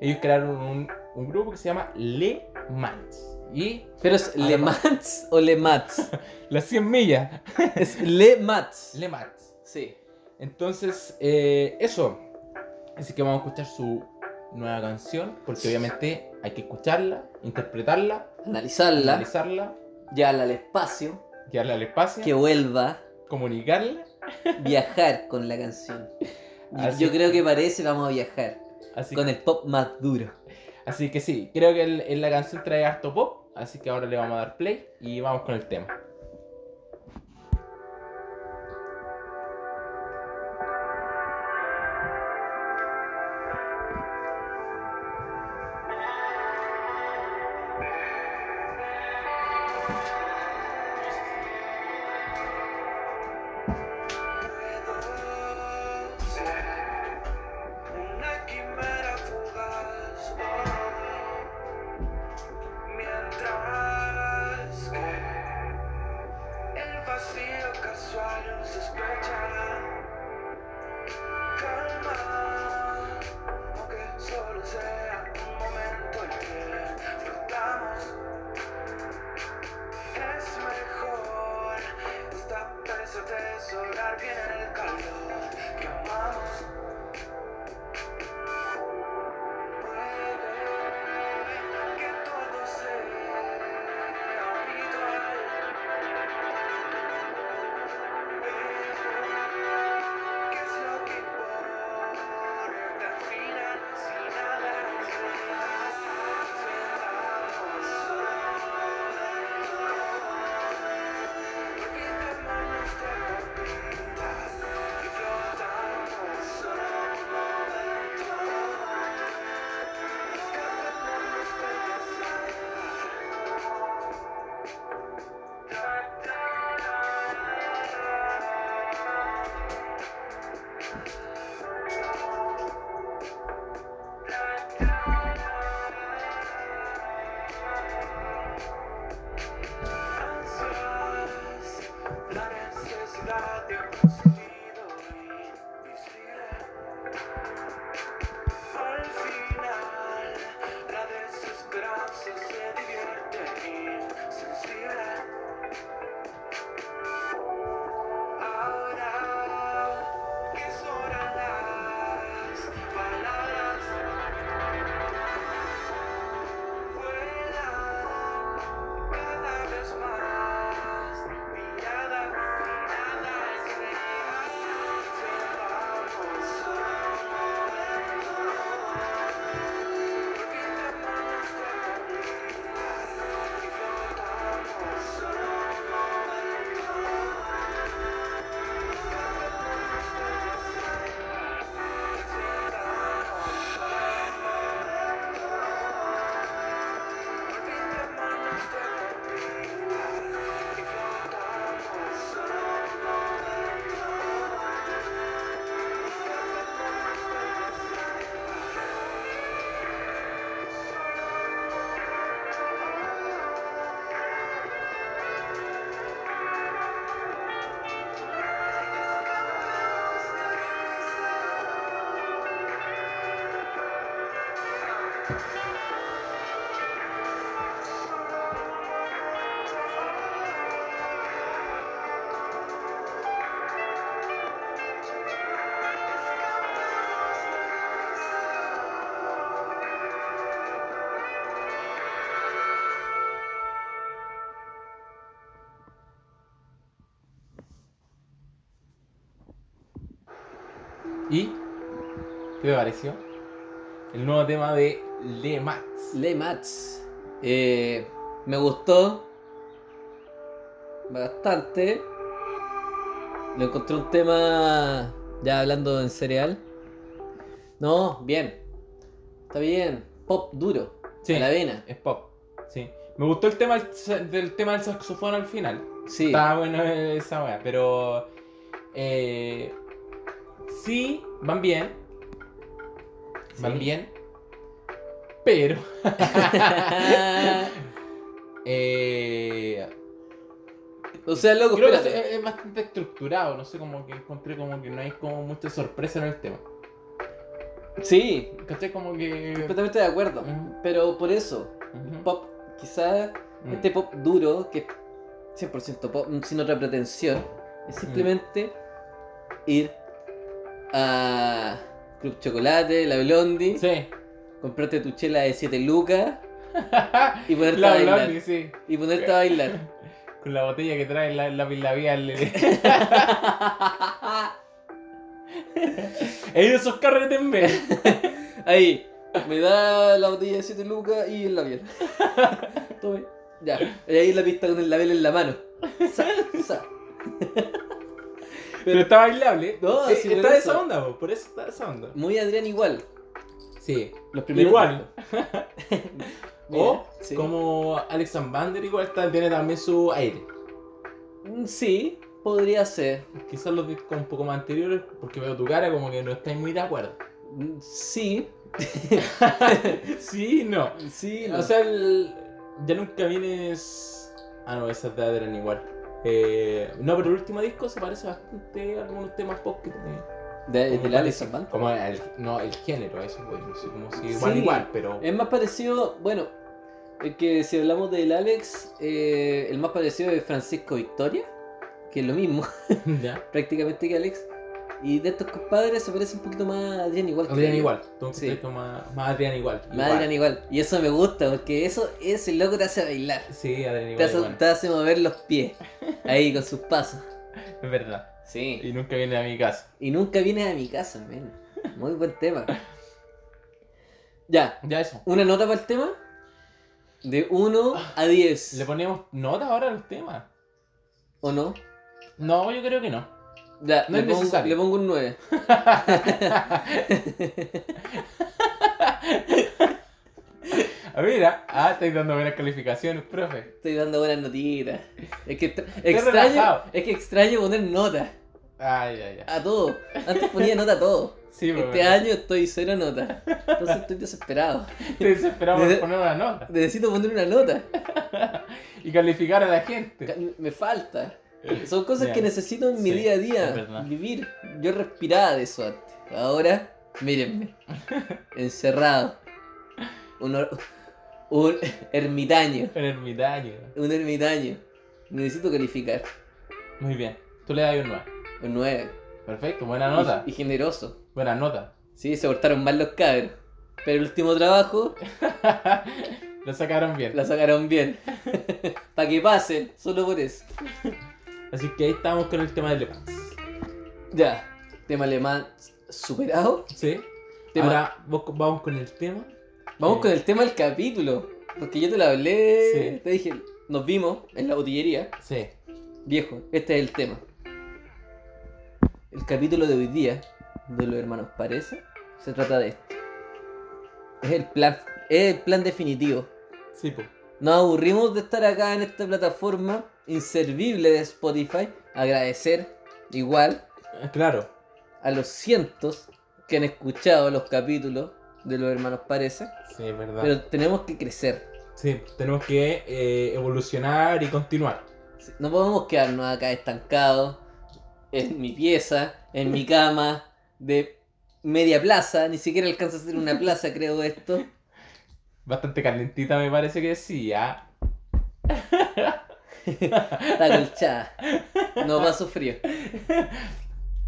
ellos crearon un, un grupo que se llama Le Mans. Y
Pero es Le
Además-
Mats o Le Mats.
las 100 millas,
Es Le Mats.
Le Mans.
Sí.
Entonces, eh, eso. Así que vamos a escuchar su nueva canción, porque obviamente hay que escucharla, interpretarla,
Analizarla.
analizarla,
Llevarla al espacio.
llevarla al espacio,
Que vuelva.
comunicarla.
Viajar con la canción. Y
Así-
Yo creo que parece vamos a viajar.
Así
Con el pop más duro.
Así que sí, creo que el- en la canción trae harto pop, así que ahora le vamos a dar play y vamos con el tema.
Una quimera fugaz voy, mientras que el vacío casual nos despecha. Calma, aunque solo sea un momento el que flotamos. Es mejor esta presa de sobrar bien el calor que amamos. Puede que todo sea habitual. Pero, ¿qué es lo que importa al final? Si nada es real, sentamos. Olvidémonos de la vida.
¿Y qué te pareció? El nuevo tema de Le Mats.
Le Mats. Eh, me gustó bastante. Lo encontré un tema, ya hablando en cereal. No, bien. Está bien. Pop duro.
Sí.
A la vena.
Es pop. Sí. Me gustó el tema del sa- del tema del saxofón al final.
Sí.
Estaba bueno esa wea, pero. Eh, sí, van bien. Van
Sí.
bien. Pero. eh,
o sea, loco,
creo que
espérate.
es, es bastante estructurado. No sé, como que encontré como que no hay como mucha sorpresa en el tema.
Sí,
¿Cachai? Como que.
completamente de acuerdo.
Ujú,
Pero por eso,
ujú,
pop, quizás
mm.
Este pop duro, que es 100% pop, mm, sin otra pretensión,
Mm.
es simplemente ir a Club Chocolate, la Blondie,
Sí.
comprarte tu chela de 7 lucas y ponerte a
la
bailar.
Blondie, sí.
Y ponerte a bailar.
Con la botella que trae la, la labial. He ido a esos carretes en vez.
Ahí, me da la botella de 7 lucas y el labial. Tome, ya. Y ahí en la pista con el labial en la mano. Sa, sa.
Pero está bailable.
No,
Eh,
sí,
está
por
de
eso.
esa onda, po, por eso está de esa onda.
Muy Adrián igual.
Sí.
Los primeros
Igual.
discos.
O,
Mira, sí.
Como Alex Bander igual está- tiene también su aire.
Mm, Sí, podría ser.
Quizás los discos un poco más anteriores, porque veo tu cara como que no estáis muy de acuerdo.
Mm, Sí,
sí, no.
sí.
O sea, el- ya nunca vienes. Ah, no, esas de eran igual. Eh, no, pero el último disco se parece bastante a algunos temas pop que tiene.
de, del
Como
Alex
parece-
Band.
Como el, no, el género, eso, güey. No sé cómo si igual,
Sí. Eh,
igual, pero.
Es más parecido, bueno, es que si hablamos del Alex, eh, el más parecido es Francisco Victoria, que es lo mismo
ya.
prácticamente que Alex. Y de estos compadres se parece un poquito más a Adrián igual.
Adrián
creo.
igual. Entonces,
Sí.
es como más, más Adrián igual.
Más Adrián igual. Y eso me gusta, porque eso, ese loco te hace bailar.
Sí, Adrián
Te
igual.
hace,
igual.
te hace mover los pies. Ahí con sus pasos.
Es verdad.
Sí.
Y nunca viene a mi casa.
Y nunca vienes a mi casa, men. Muy buen tema. Ya,
Ya eso.
una nota para el tema. De 1 a 10.
¿Le ponemos nota ahora a los temas?
¿O no?
No, yo creo que no.
Ya,
No
le,
es
pongo,
necesario.
le pongo un 9.
A ver, mira. Ah, estáis dando buenas calificaciones, profe.
Estoy dando buenas notitas. Es que tra-
relajado.
extraño, es que extraño poner nota
Ay, ay, ay.
a todo. Antes ponía nota a todo.
Sí, pues,
Este año estoy cero nota. Entonces estoy desesperado.
te desesperamos de
Desde-
poner una nota
Necesito poner una nota.
y calificar a la gente.
Me falta. Son cosas
Ya.
que necesito en mi
Sí,
día a
es
día.
verdad.
Vivir. Yo respiraba de eso antes. Ahora, mírenme. Encerrado. Un, or- un ermitaño.
El ermitaño.
Un ermitaño. Necesito calificar.
Muy bien. Tú le das un 9.
Un 9.
Perfecto, buena nota.
Y, y generoso.
Buena nota.
Sí, se portaron mal los cabros. Pero el último trabajo
Lo sacaron bien.
la sacaron bien. Para que pasen, solo por eso.
Así que ahí estamos con el tema de Le Mans.
Ya. Tema alemán superado.
¿Sí?
Tema-
Ahora vos- vamos con el tema.
Vamos
Sí.
con el tema del capítulo. Porque yo te lo hablé,
Sí.
te dije, nos vimos en la botillería.
Sí.
Viejo, este es el tema. El capítulo de hoy día, de los hermanos Parece, se trata de esto. Es el plan, es el plan definitivo.
Sí, pues.
Nos aburrimos de estar acá en esta plataforma inservible de Spotify. Agradecer igual
Claro.
a los cientos que han escuchado los capítulos de los hermanos Parece.
Sí, es verdad.
Pero tenemos que crecer.
Sí, tenemos que eh, evolucionar y continuar.
Sí, No podemos quedarnos acá estancados en mi pieza, en mi cama, de media plaza, ni siquiera alcanza a ser una plaza, creo esto.
Bastante calentita me parece que sí, ¿ah?
Está colchada. No pasó frío.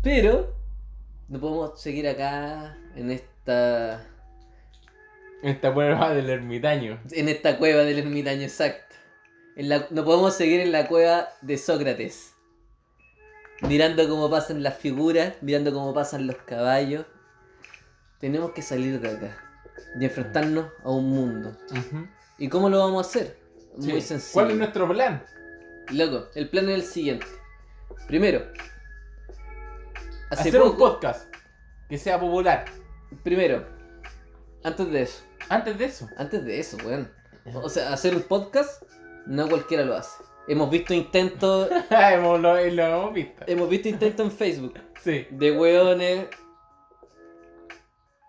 Pero no podemos seguir acá en esta
Esta prueba del ermitaño.
en esta cueva del ermitaño exacto. En la- no podemos seguir en la cueva de Sócrates. Mirando cómo pasan las figuras, mirando cómo pasan los caballos. Tenemos que salir de acá y enfrentarnos a un mundo.
Ujú.
¿Y cómo lo vamos a hacer? Muy
Sí.
sencillo.
¿Cuál es nuestro plan?
Loco, el plan es el siguiente. Primero, hace
Hacer un
poco-
podcast que sea popular.
primero, antes de eso,
Antes de eso.
antes de eso, weón. O sea, hacer un podcast, no cualquiera lo hace. Hemos visto intentos,
Ah, hemos, lo, eh, lo hemos visto.
hemos visto intentos en Facebook
Sí.
de weones,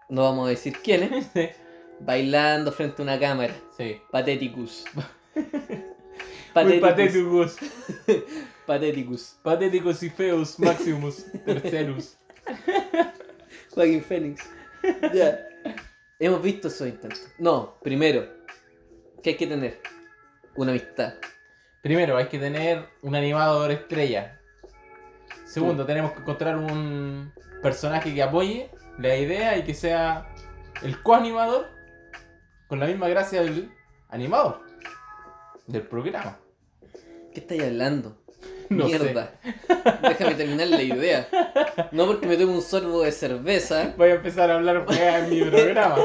no vamos a decir quiénes,
Sí.
bailando frente a una cámara.
Sí.
Pateticus.
Muy
Pateticus.
patéticos.
Pateticus.
Patéticos y feos, Maximus, Tercerus.
Joaquín Fénix. Ya. Hemos visto esos intentos. No, primero, ¿qué hay que tener? Una amistad.
Primero, hay que tener un animador estrella. Segundo, tenemos que encontrar un personaje que apoye la idea y que sea el coanimador con la misma gracia del animador del programa.
¿Qué estáis hablando?
No sé.
Mierda. Déjame terminar la idea. No porque me tomo un sorbo de cerveza.
Voy a empezar a hablar weá en mi programa.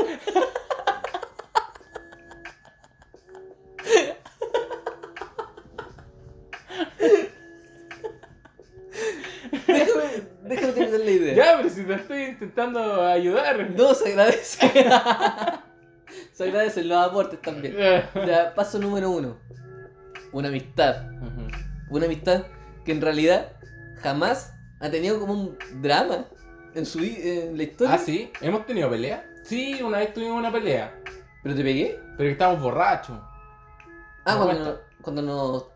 Déjame, déjame terminar la idea.
ya, pero si te estoy intentando ayudar.
No, se agradece. se agradecen los aportes también. Ya, paso número uno. Una amistad.
Ujú.
Una amistad que en realidad jamás ha tenido como un drama en su vi- en la historia.
Ah, sí, hemos tenido pelea. Sí, una vez tuvimos una pelea,
¿Pero te pegué?
pero que estábamos borrachos.
Ah,
No
cuando, cuando nos-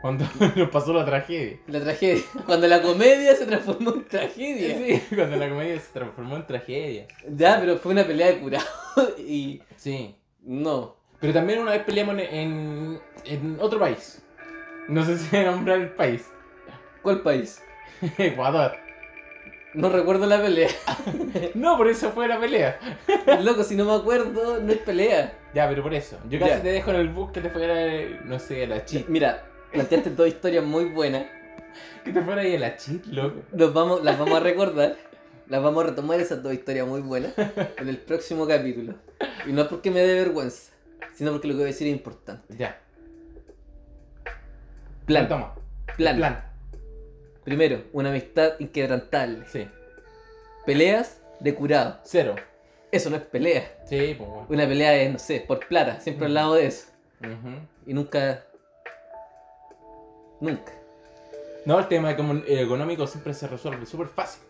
Cuando nos pasó la tragedia.
la tragedia. Cuando la comedia se transformó en tragedia.
Sí, cuando la comedia se transformó en tragedia.
Ya, pero fue una pelea de curado y.
Sí.
No.
Pero también una vez peleamos en, en, en otro país. No sé si voy a nombrar el país.
¿Cuál país?
Ecuador.
No recuerdo la pelea.
No, por eso fue la pelea.
Loco, si no me acuerdo, no es pelea.
Ya, pero por eso. Yo casi
Ya.
te dejo en el bus que te fuera, de- no sé, a la chit.
Mira, planteaste dos historias muy buenas.
Que te fuera ahí a la chit, loco.
Nos vamos, las vamos a recordar. Las vamos a retomar esas dos historias muy buenas en el próximo capítulo. Y no es porque me dé vergüenza, sino porque lo que voy a decir es importante.
Ya.
Plan,
Toma.
plan.
Plan.
Primero, una amistad inquebrantable.
Sí.
Peleas de curado.
Cero.
Eso no es pelea.
Sí, pues bueno.
Una pelea es, no sé, por plata, siempre al lado de eso.
Ujú.
Y nunca. Nunca.
No, el tema econom- eh, económico siempre se resuelve súper fácil.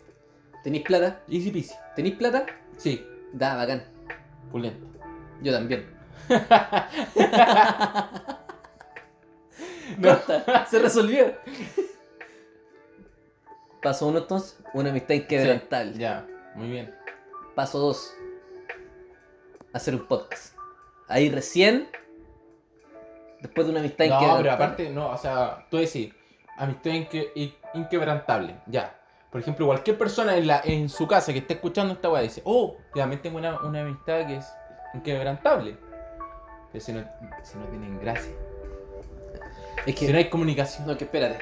¿Tenéis plata?
Easy peasy.
¿Tenéis plata?
Sí,
Da, bacán.
pulento.
Yo también.
No.
Corta, se resolvió. Paso uno entonces, una amistad inquebrantable.
Ya, muy bien.
Paso 2. Hacer un podcast. Ahí recién. Después de una amistad
no,
inquebrantable.
pero aparte, no, o sea, tú decís, amistad inque- in- inquebrantable, ya. Por ejemplo, cualquier persona en, la, en su casa que esté escuchando esta weá dice, oh, yo también tengo una, una amistad que es inquebrantable. Pero si no, si no tienen gracia,
Es que,
si no hay comunicación.
no, que espérate.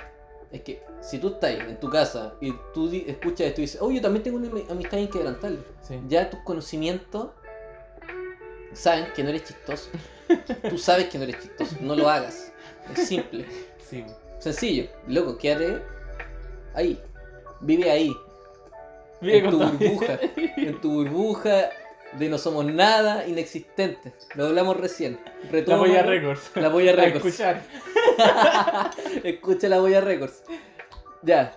Es que si tú estás en tu casa y tú di- escuchas esto y dices, oh, yo también tengo una ami- amistad inquebrantable.
Sí.
Ya tus conocimientos saben que no eres chistoso. tú sabes que no eres chistoso. No lo hagas. Es simple.
Sí.
Sencillo. Loco, quédate ahí. Vive ahí.
Vive
en tu
con tu-
burbuja. En tu burbuja de no somos nada, inexistente. Lo hablamos recién.
La
Retoma,
Boya Records.
La Boya
A
Records.
escuchar.
Escucha la Boya Records. Ya.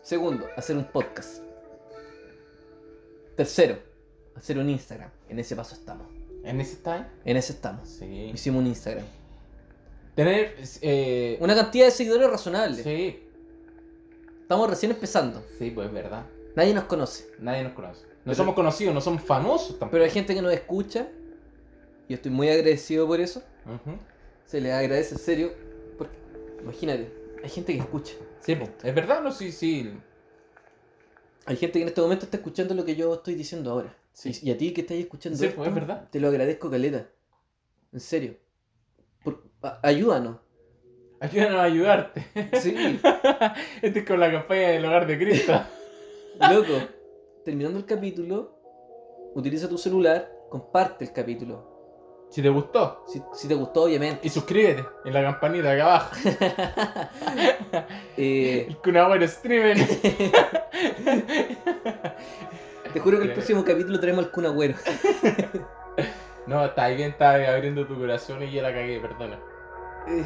Segundo, hacer un podcast. Tercero, hacer un Instagram. En ese paso estamos.
¿En ese time?
En ese estamos.
Sí.
Hicimos un Instagram.
Tener. Eh,
Una cantidad de seguidores razonable.
Sí,
Estamos recién empezando.
sí, pues es verdad.
Nadie nos conoce.
Nadie nos conoce. No
Pero-
somos conocidos, no somos famosos tampoco.
Pero hay gente que nos escucha Yo estoy muy agradecido por eso.
Ujú.
Se les agradece en serio. Porque, imagínate, hay gente que escucha.
Sí, po. es verdad, no, sí, sí.
Hay gente que en este momento está escuchando lo que yo estoy diciendo ahora.
Sí.
Y, y a ti que estás escuchando
Sí,
esto,
pues, es verdad.
te lo agradezco, Caleta. En serio. Por- a- ayúdanos.
Ayúdanos a ayudarte.
Sí.
Este es con la campaña del hogar de Cristo.
Loco, terminando el capítulo, utiliza tu celular, comparte el capítulo.
Si te gustó.
Si, si te gustó, obviamente.
Y suscríbete en la campanita acá abajo.
Eh,
El Kunagüero Streamer.
te juro que el próximo capítulo traemos al Kun Agüero.
No, está ahí bien, está abriendo tu corazón y ya la cagué, perdona.
Eh,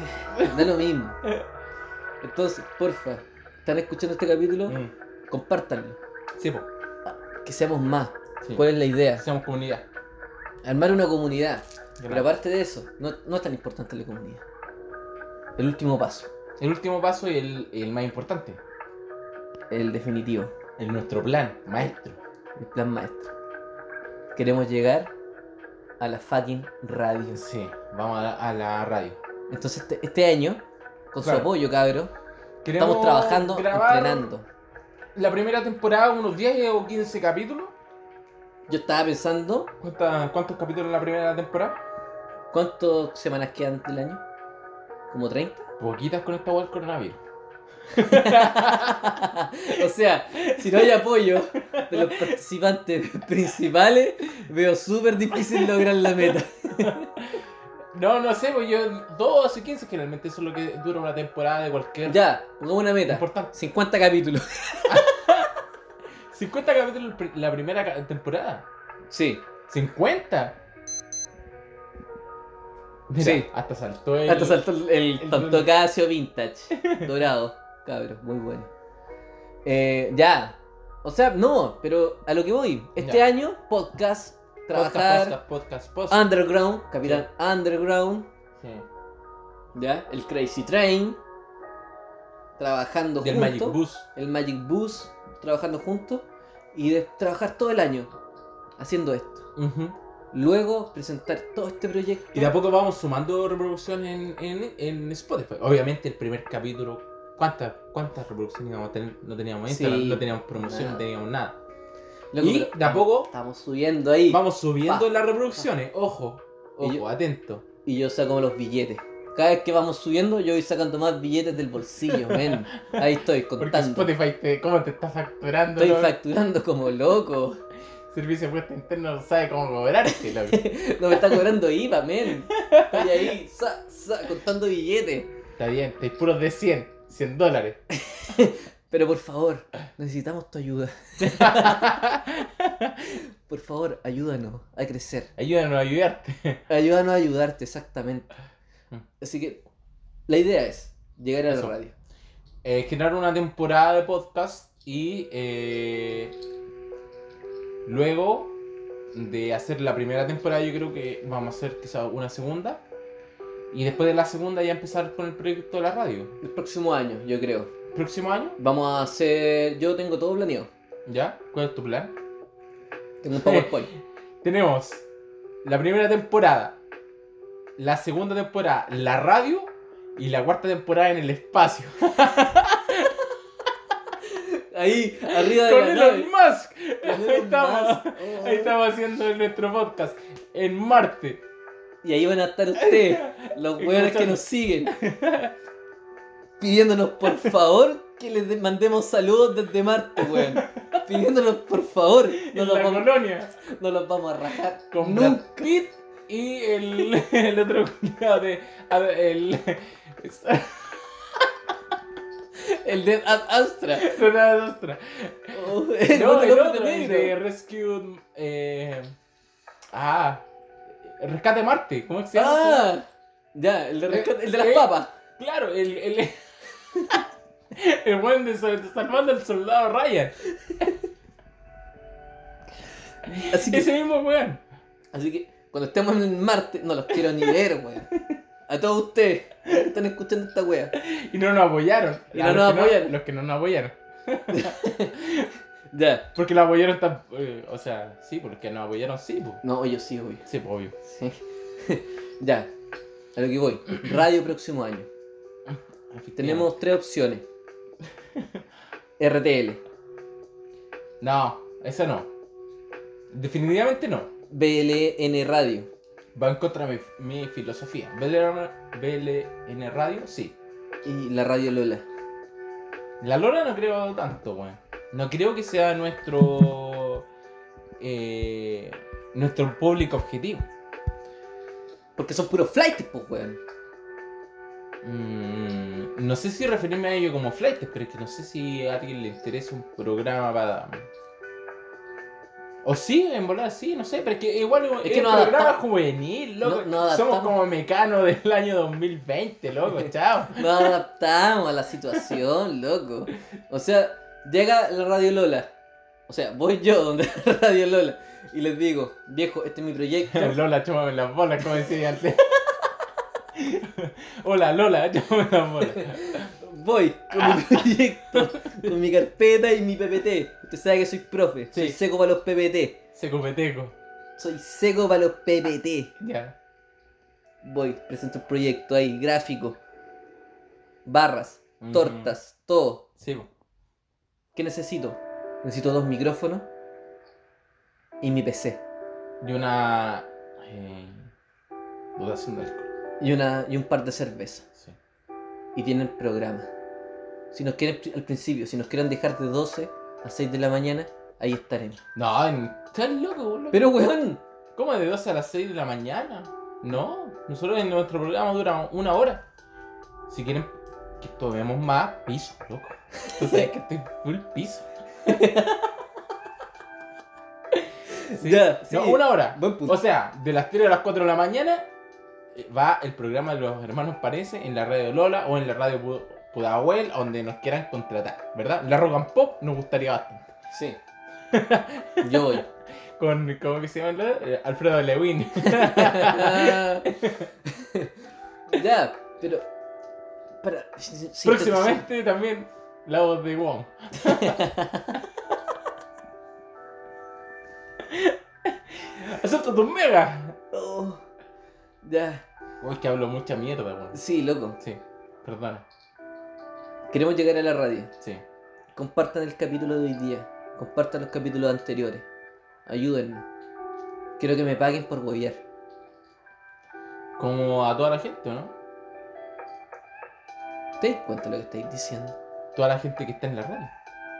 da lo mismo. Entonces, porfa, están escuchando este capítulo,
Mm.
compártanlo.
Sí, po.
Que seamos más.
Sí.
¿Cuál es la idea?
Hacemos comunidad.
Armar una comunidad. Pero
¿verdad?
aparte de eso, no, no es tan importante la comunidad. El último paso,
El último paso y el, el más importante.
el definitivo,
El nuestro plan, maestro.
el plan maestro. Queremos llegar a la fucking radio.
Sí, vamos a la, a la radio.
Entonces este, este año, con
Claro.
su apoyo, cabros,
Queremos
estamos trabajando,
grabar
entrenando.
La primera temporada, unos 10 o 15 capítulos.
Yo estaba pensando
¿Cuánta- ¿Cuántos capítulos en la primera temporada?
cuántas semanas quedan del año. ¿Como 30?
Poquitas con esta hueá del coronavirus.
o sea, si no hay apoyo de los participantes principales, veo súper difícil lograr la meta.
No, no sé, pues yo 12, 15 generalmente eso es lo que dura una temporada de cualquier
Ya, pongamos una meta.
importante.
50 capítulos.
50 capítulos pr- la primera ca- temporada.
Sí.
50. Mira,
Sí.
hasta saltó el...
Hasta saltó el, el
el-
tanto Casio Vintage. Dorado. Cabros, muy bueno. Eh, ya. O sea, no, pero a lo que voy. Este
Ya.
año, podcast,
podcast,
trabajar, Ah,
podcast, podcast, podcast.
underground, capitán underground,
Sí.
ya, el Crazy Train, trabajando
Del
juntos.
Magic Bus.
el Magic Bus trabajando juntos y de trabajar todo el año haciendo esto.
Ujú.
Luego presentar todo este proyecto.
Y de a poco vamos sumando reproducciones en, en, en Spotify. Obviamente el primer capítulo, ¿cuántas, cuántas reproducciones íbamos a tener? No teníamos
Sí.
Instagram, no teníamos promoción,
Nada.
no teníamos nada.
Loco,
y
pero
de a poco
Estamos subiendo ahí.
vamos subiendo
Pa.
las reproducciones. Ojo,
Y
ojo,
yo-
atento.
Y yo saco los billetes. Cada vez que vamos subiendo, yo voy sacando más billetes del bolsillo, men. Ahí estoy
Porque
contando.
Spotify, te, ¿cómo te está facturando?
Estoy
loco?
facturando como loco.
Servicio de puesto interno no sabe cómo cobrarte, loco.
No me está cobrando IVA, men. Estoy ahí, sa, sa, contando billetes.
Está bien, te puros de 100, 100 dólares.
Pero por favor, necesitamos tu ayuda. Por favor, ayúdanos a crecer.
Ayúdanos a ayudarte.
Ayúdanos a ayudarte, exactamente.
Mm.
Así que la idea es llegar a la
Eso.
radio.
Eh, generar una temporada de podcast y eh, luego de hacer la primera temporada yo creo que vamos a hacer quizá una segunda y después de la segunda ya empezar con el proyecto de la radio.
El próximo año, yo creo.
Próximo año,
Vamos a hacer. Yo tengo todo planeado.
¿ya? ¿Cuál es tu plan?
Tengo un PowerPoint.
Tenemos la primera temporada, la segunda temporada, la radio y la cuarta temporada en el espacio.
Ahí, arriba de
Con
la nave.
Elon Musk.
Con
Ahí
Elon
estamos.
Musk. Oh.
Ahí estamos haciendo nuestro podcast en Marte.
Y ahí van a estar ustedes, los hueones que
Escuchando.
nos siguen. Pidiéndonos por favor que les de- mandemos saludos desde Marte, weón. Pidiéndonos por favor. No
en
los
la
vamos,
colonia.
no los vamos a rajar.
Con
nunca.
Brad Pitt y el, el otro culiao de. a ver, el.
El de Ad Astra.
Ronald Astra.
Oh, el
No,
otro
el
hombre
otro, el
negro.
de Rescue. eh, ah. Rescate Marte. ¿Cómo se llama?
Ah, ya, el de, rescate- el de las
Eh, eh.
papas.
Claro, el. el el buen de sal- salvando al soldado Ryan.
Así que,
Ese mismo weón.
así que cuando estemos en Marte, no los quiero ni ver, weón. A todos ustedes los que están escuchando esta wea.
Y no nos apoyaron.
Y
A
no
los
nos
que
apoyaron.
Los que no nos apoyaron.
Ya.
Porque los apoyaron tan. eh, o sea, sí, porque nos apoyaron, sí, pues.
No, yo sí, obvio.
Sí, pues, obvio.
Sí. Ya, a lo que voy. Radio próximo año. Tenemos tres opciones. RTL,
No, eso no. Definitivamente no.
BLN Radio.
Va en contra de mi, mi filosofía. BLR BLN Radio, sí.
Y la radio Lola.
La Lola no creo tanto, weón. No creo que sea nuestro. eh, nuestro público objetivo.
Porque son puros flights, pues, weón.
Mm, no sé si referirme a ello como flight, pero es que no sé si a alguien le interesa un programa para. O sí, en volar sí, no sé, pero es que igual es,
que
un
no
programa
adaptamos-
juvenil, loco.
no- no adaptamos.
Somos como mecano del año 2020, loco, chao.
Nos adaptamos a la situación, loco. O sea, llega la Radio Lola. O sea, voy yo donde la Radio Lola. Y les digo, viejo, este es mi proyecto.
Lola, chúpame las bolas, como decía antes. Hola, Lola, chúpame las bolas.
Voy con mi proyecto, con mi carpeta y mi PPT. Usted sabe que soy profe, soy
Sí.
seco para los PPT.
Secupeteco,
Soy seco para los PPT.
ya.
Voy, presento un proyecto ahí, gráfico. Barras,
Mm,
tortas, todo.
Sí, po.
¿Qué necesito? Necesito dos micrófonos y mi PC.
y una. Eh, dudación de alcohol,
y, una, y un par de cervezas.
sí.
Y tienen programa. Si nos quieren al principio, si nos quieren dejar de 12 a 6 de la mañana, ahí estaremos.
No, en- estás loco, boludo.
Pero weón,
¿Cómo de 12 a las 6 de la mañana? No, nosotros en nuestro programa dura una hora. Si quieren que tomemos más, piso, loco. Tú sabes que estoy full piso. Sí.
Ya,
No,
sí.
una hora.
Buen punto.
O sea, de las 3 a las 4 de la mañana eh, va el programa de los hermanos Parece en la radio Lola o en la radio Pu- Pudahuel, donde nos quieran contratar, ¿verdad? La Rock and Pop nos gustaría bastante.
sí. Yo voy.
Con, ¿cómo que se llama? el otro? Eh, Alfredo Lewin.
ya, pero. Para, sintetizar-
Próximamente también la voz de Wong. ¡Acepto tus megas!
Oh, ya.
Uy, que hablo mucha mierda, weón.
Sí, loco.
Sí, perdona.
Queremos llegar a la radio.
Sí.
Compartan el capítulo de hoy día. Compartan los capítulos anteriores. Ayúdenme. Quiero que me paguen por hueviar.
Como a toda la gente, ¿o ¿no?
¿Te das cuenta lo que estáis diciendo?
Toda la gente que está en la radio.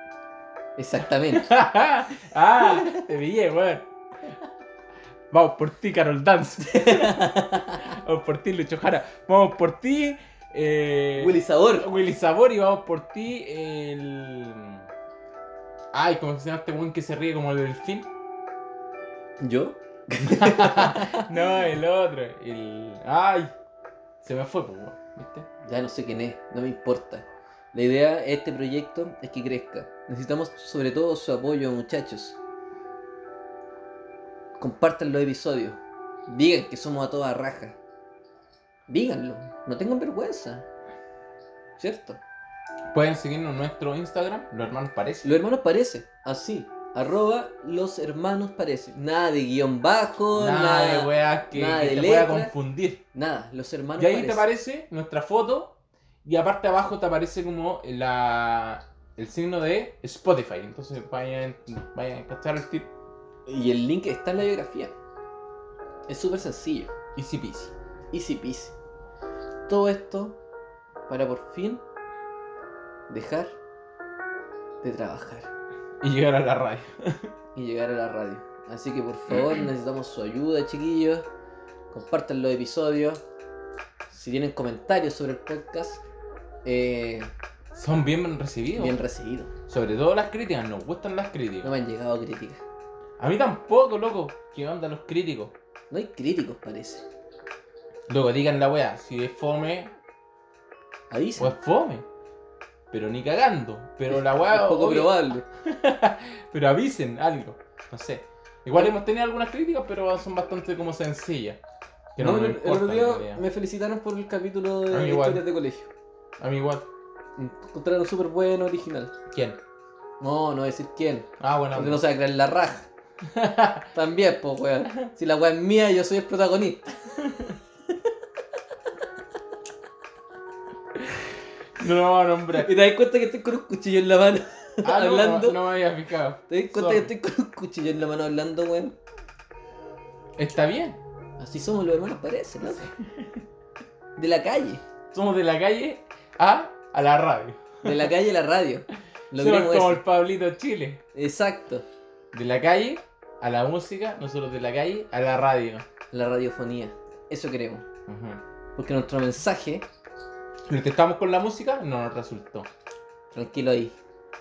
Exactamente.
¡Ah! Te pillé, weón. Vamos por ti, Carol Dance. Vamos por ti, Lucho Jara. Vamos por ti, eh...
Willy Sabor.
Willy Sabor y vamos por ti el... Ay, ¿cómo se llama este buen que se ríe como el delfín?
¿Yo?
No, el otro, el... Ay, se me fue, pues, weón, ¿viste?
Ya no sé quién es, no me importa. La idea de este proyecto es que crezca. Necesitamos sobre todo su apoyo, muchachos. Compartan los episodios. Digan que somos a toda raja. Díganlo. No tengan vergüenza. ¿Cierto?
Pueden seguirnos en nuestro Instagram, los hermanos parece.
Los hermanos parece. Así. Arroba los hermanos parece. Nada de guión bajo.
Nada,
Nada.
de weas que,
nada
que
de
te pueda
letras.
confundir.
Nada, los hermanos
Y ahí te
Parece.
aparece nuestra foto y aparte abajo te aparece como la... El signo de Spotify. Entonces vayan, vayan a cachar el tip.
Y el link está en la biografía. Es súper sencillo.
Easy peasy.
Easy peasy. Todo esto para por fin dejar de trabajar
Y llegar a la radio.
y llegar a la radio. Así que por favor necesitamos su ayuda, chiquillos. Compartan los episodios. Si tienen comentarios sobre el podcast, eh,
Son bien recibidos.
bien recibido.
Sobre todo las críticas, nos gustan las
No
críticas.
me han llegado críticas.
A mí tampoco, loco. ¿Qué onda los críticos?
No hay críticos, parece.
Loco, digan la weá, si es fome, o
Avisen.
es fome. Pero ni cagando. Pues, Pero la weá.
es poco
obvio-
probable.
pero avisen algo. No sé. Igual hemos tenido algunas críticas, pero son bastante como sencillas. Que no,
No,
me
el, el otro
importan, en
día
realidad.
me felicitaron por el capítulo
A
de
mí igual.
historias de colegio.
A mí igual.
Encontraron súper bueno, original.
¿Quién?
No, no decir quién.
Ah, bueno.
Porque no se va a creer la raja. También, pues, weón. Si la weá es mía, yo soy el protagonista.
No, no, hombre.
Y te das cuenta que estoy con un cuchillo en la mano
Ah, no,
hablando.
No, no me había fijado.
¿Te das cuenta
Sorry.
que estoy con un cuchillo en la mano hablando, weón?
Está bien.
Así somos los hermanos, parece, ¿no? De la calle.
Somos de la calle a, a la radio.
De la calle a la radio.
Somos
Logremos
como el
eso.
Pablito Chile.
Exacto.
De la calle a la música, nosotros de la calle a la radio.
La radiofonía. Eso queremos.
Ujú.
Porque nuestro mensaje,
Lo intentamos con la música, no nos resultó.
tranquilo ahí,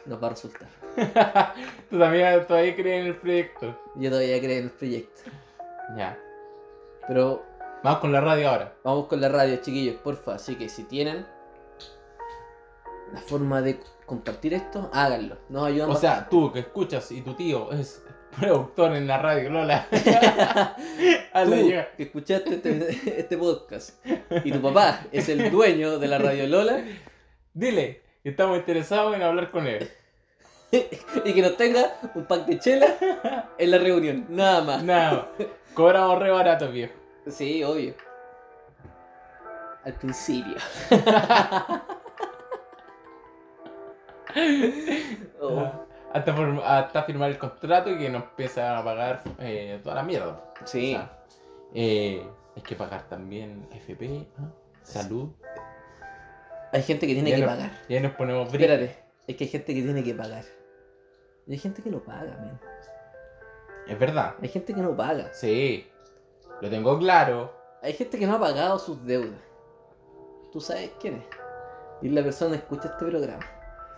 nos va a resultar.
Tú también todavía crees en el proyecto.
Yo todavía creo en el proyecto.
Ya.
Pero
Vamos con la radio ahora.
Vamos con la radio, chiquillos, porfa. Así que si tienen la forma de compartir esto, háganlo. Nos ayudan
O sea, tú que escuchas y tu tío es productor en la radio, Lola.
bastante.
A la
Tú,
llega.
que escuchaste este, este podcast y tu papá es el dueño de la radio Lola
Dile, que estamos interesados en hablar con él.
y que nos tenga un pack de chela en la reunión, nada más.
Nada, cobramos re barato, viejo.
Sí, obvio. Al principio. Oh.
Hasta, form- hasta firmar el contrato y que nos empiezan a pagar eh, toda la mierda.
Sí.
O sea, eh, hay que pagar también FP, ¿ah? salud.
Hay gente que tiene
Ya
que
nos-
pagar.
Y ahí nos ponemos brillo.
Espérate, es que hay gente que tiene que pagar. Y hay gente que no paga, men.
Es verdad.
Hay gente que no paga.
Sí, lo tengo claro.
Hay gente que no ha pagado sus deudas. Tú sabes quién es. Y la persona que escucha este programa.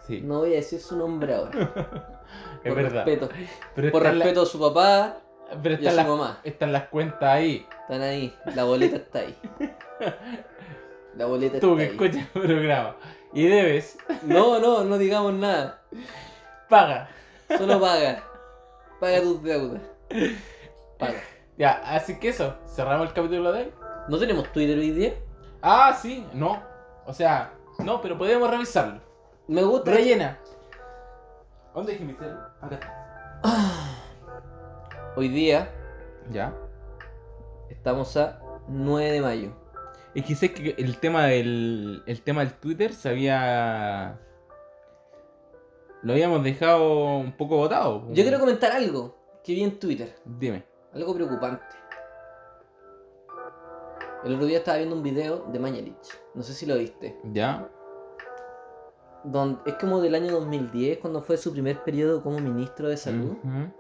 Sí,
No voy a decir su nombre ahora.
es
por
verdad.
respeto.
Pero
Por
están la-
respeto a su papá
pero
y a
están
su
las,
mamá.
están las cuentas ahí.
Están ahí. La boleta está ahí. La boleta
Tú que
está ahí.
escuchas el programa y debes,
No, no, no digamos nada.
paga.
Solo paga. Paga tus deudas. Paga.
Ya, así que eso, cerramos el capítulo de hoy.
¿No tenemos Twitter hoy día?
Ah, sí, no. O sea, no, pero podemos revisarlo.
Me gusta.
Rellena. ¿Dónde dije mi celular? Acá está.
Ah. Hoy día
Ya.
Estamos a 9 de mayo.
Es que sé que el tema del. El tema del Twitter se había. Lo habíamos dejado un poco botado.
Yo quiero comentar algo que vi en Twitter,
Dime.
algo preocupante. El otro día estaba viendo un video de Mañalich, no sé si lo viste.
¿Ya?
Donde, es como del año 2010, cuando fue su primer periodo como ministro de salud,
Ujú.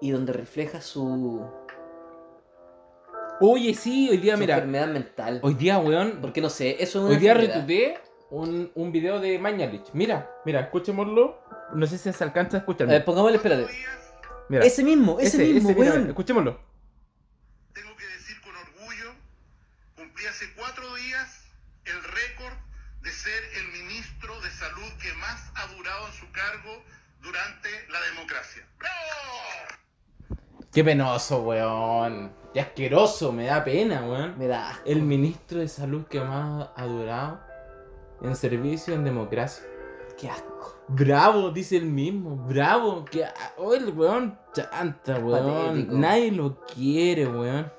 y donde refleja su,
Oye, sí, hoy día,
su
mira.
enfermedad mental.
Hoy día, weón.
Porque no sé, eso es una
Hoy día
enfermedad.
retuiteé un, un video de Mañalich. Mira, mira, escuchémoslo. No sé si se alcanza a
A
escuchar.
ver, pongámosle, espérate.
mira.
Ese mismo, ese, mismo,
mira,
weón.
escuchémoslo.
Tengo que decir con orgullo, cumplí hace cuatro días el récord de ser el ministro de salud que más ha durado en su cargo durante la democracia. ¡Bravo!
Qué penoso, weón. Qué asqueroso, me da pena, weón.
Me da asco.
El ministro de salud que más ha durado en servicio en democracia.
Qué asco.
Bravo, dice el mismo. Bravo. Que, oh, el weón chanta, weón.
Patético.
Nadie lo quiere, weón.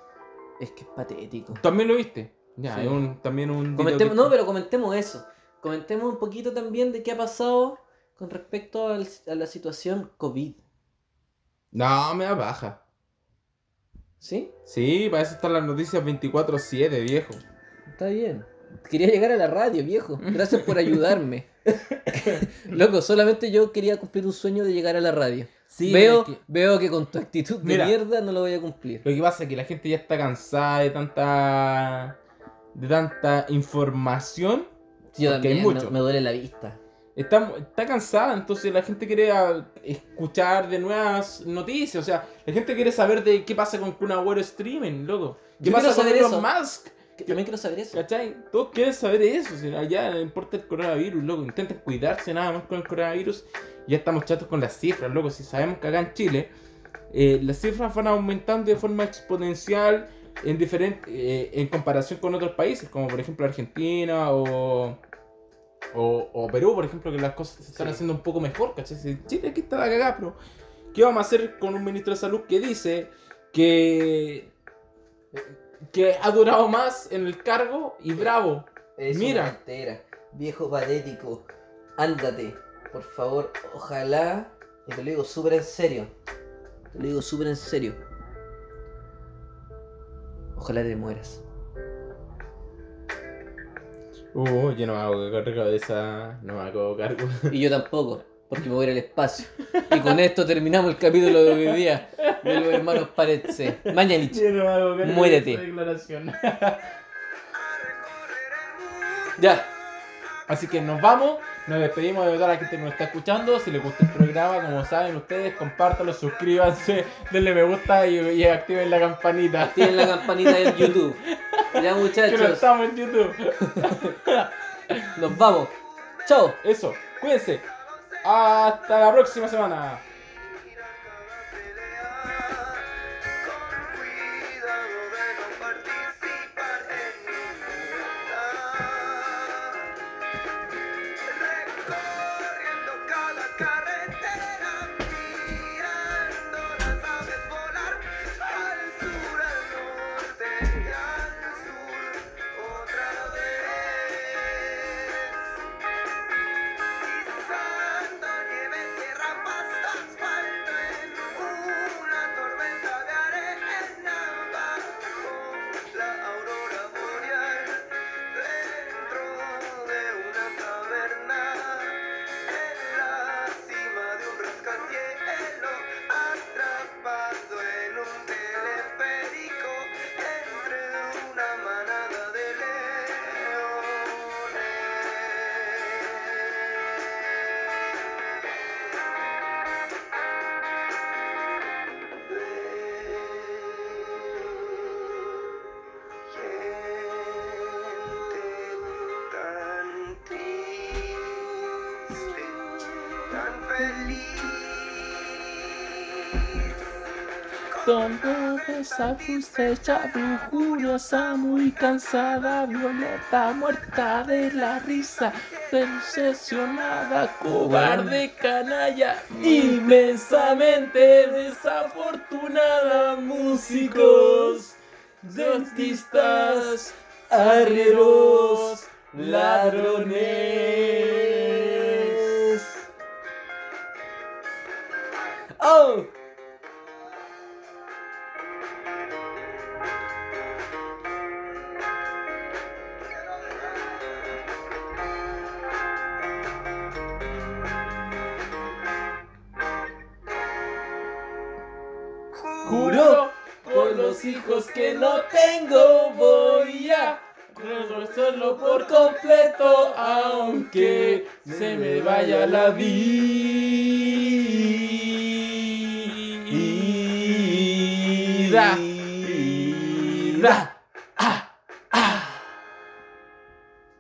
Es que es patético.
También lo viste. Ya,
Sí.
es un, también un. video
Comentemos,
que-
no, pero comentemos eso. Comentemos un poquito también de qué ha pasado con respecto al- a la situación COVID.
No, me da baja.
¿Sí?
Sí, para eso están las noticias 24-7, viejo.
Está bien. Quería llegar a la radio, viejo. Gracias por ayudarme. Loco, solamente yo quería cumplir un sueño de llegar a la radio.
Sí,
veo,
es que-
veo que con tu actitud de
Mira.
mierda no lo voy a cumplir.
Lo que pasa es que la gente ya está cansada de tanta. de tanta información.
Yo
porque hay
también
mucho.
no- me duele la vista.
Está, está cansada, entonces la gente quiere ah, escuchar de nuevas noticias. O sea, la gente quiere saber de qué pasa con Kun Agüero streaming, loco. ¿Qué
Yo
pasa
quiero
con
saber
Elon
eso.
Musk?
Que- También quiero saber eso.
¿Cachai? Todos quieren saber eso. o sea, ya no importa el coronavirus, loco. Intenten cuidarse nada más con el coronavirus. Ya estamos chatos con las cifras, loco. Si sabemos que acá en Chile eh, las cifras van aumentando de forma exponencial en, diferente, eh, en comparación con otros países, como por ejemplo Argentina o, o, o Perú, por ejemplo, que las cosas se están
Sí.
haciendo un poco mejor, ¿cachai? Si Chile aquí está la cagada, pero ¿qué vamos a hacer con un ministro de salud que dice que, que ha durado más en el cargo y bravo?
Es
Mira.
una tontera.
viejo patético, ándate, por favor, ojalá, y te lo digo súper en serio, te lo digo súper en serio, ojalá te mueras.
Uh, yo no me hago cargo de esa. No me hago cargo.
Y yo tampoco, porque me voy a ir al espacio. Y con esto terminamos el capítulo de hoy día de los hermanos Paretse. Mañanich.
no me hago
cargo de Muérete. esa
declaración.
Ya.
Así que nos vamos, nos despedimos de toda la gente que nos está escuchando. Si les gusta el programa, como saben ustedes, compártanlo, suscríbanse, denle me gusta y, y activen la campanita.
Tienen la campanita del YouTube. Ya
Que no
muchachos,
estamos en YouTube.
nos vamos. Chao.
Eso, cuídense. Hasta la próxima semana.
Con cuidado de no participar en ninguna Recorriendo cada carretera Mirando las aves volar Al sur, al norte y al sur Otra vez Pisando nieve, tierra, pasto, asfalto en una tormenta de arena bajo la aurora boreal dentro de una caverna en la cima de un rascacielos atrapado en un teleférico entre una manada de Gente tan triste, tan feliz.
Tomó esa frusecha lujuriosa, muy cansada, violeta, muerta de la risa, obsesionada, cobarde, canalla, inmensamente desafortunada, músicos, dentistas, arrieros, ladrones. ¡Oh! Juro por los hijos que no tengo, voy a resolverlo por completo, aunque se me vaya la vida.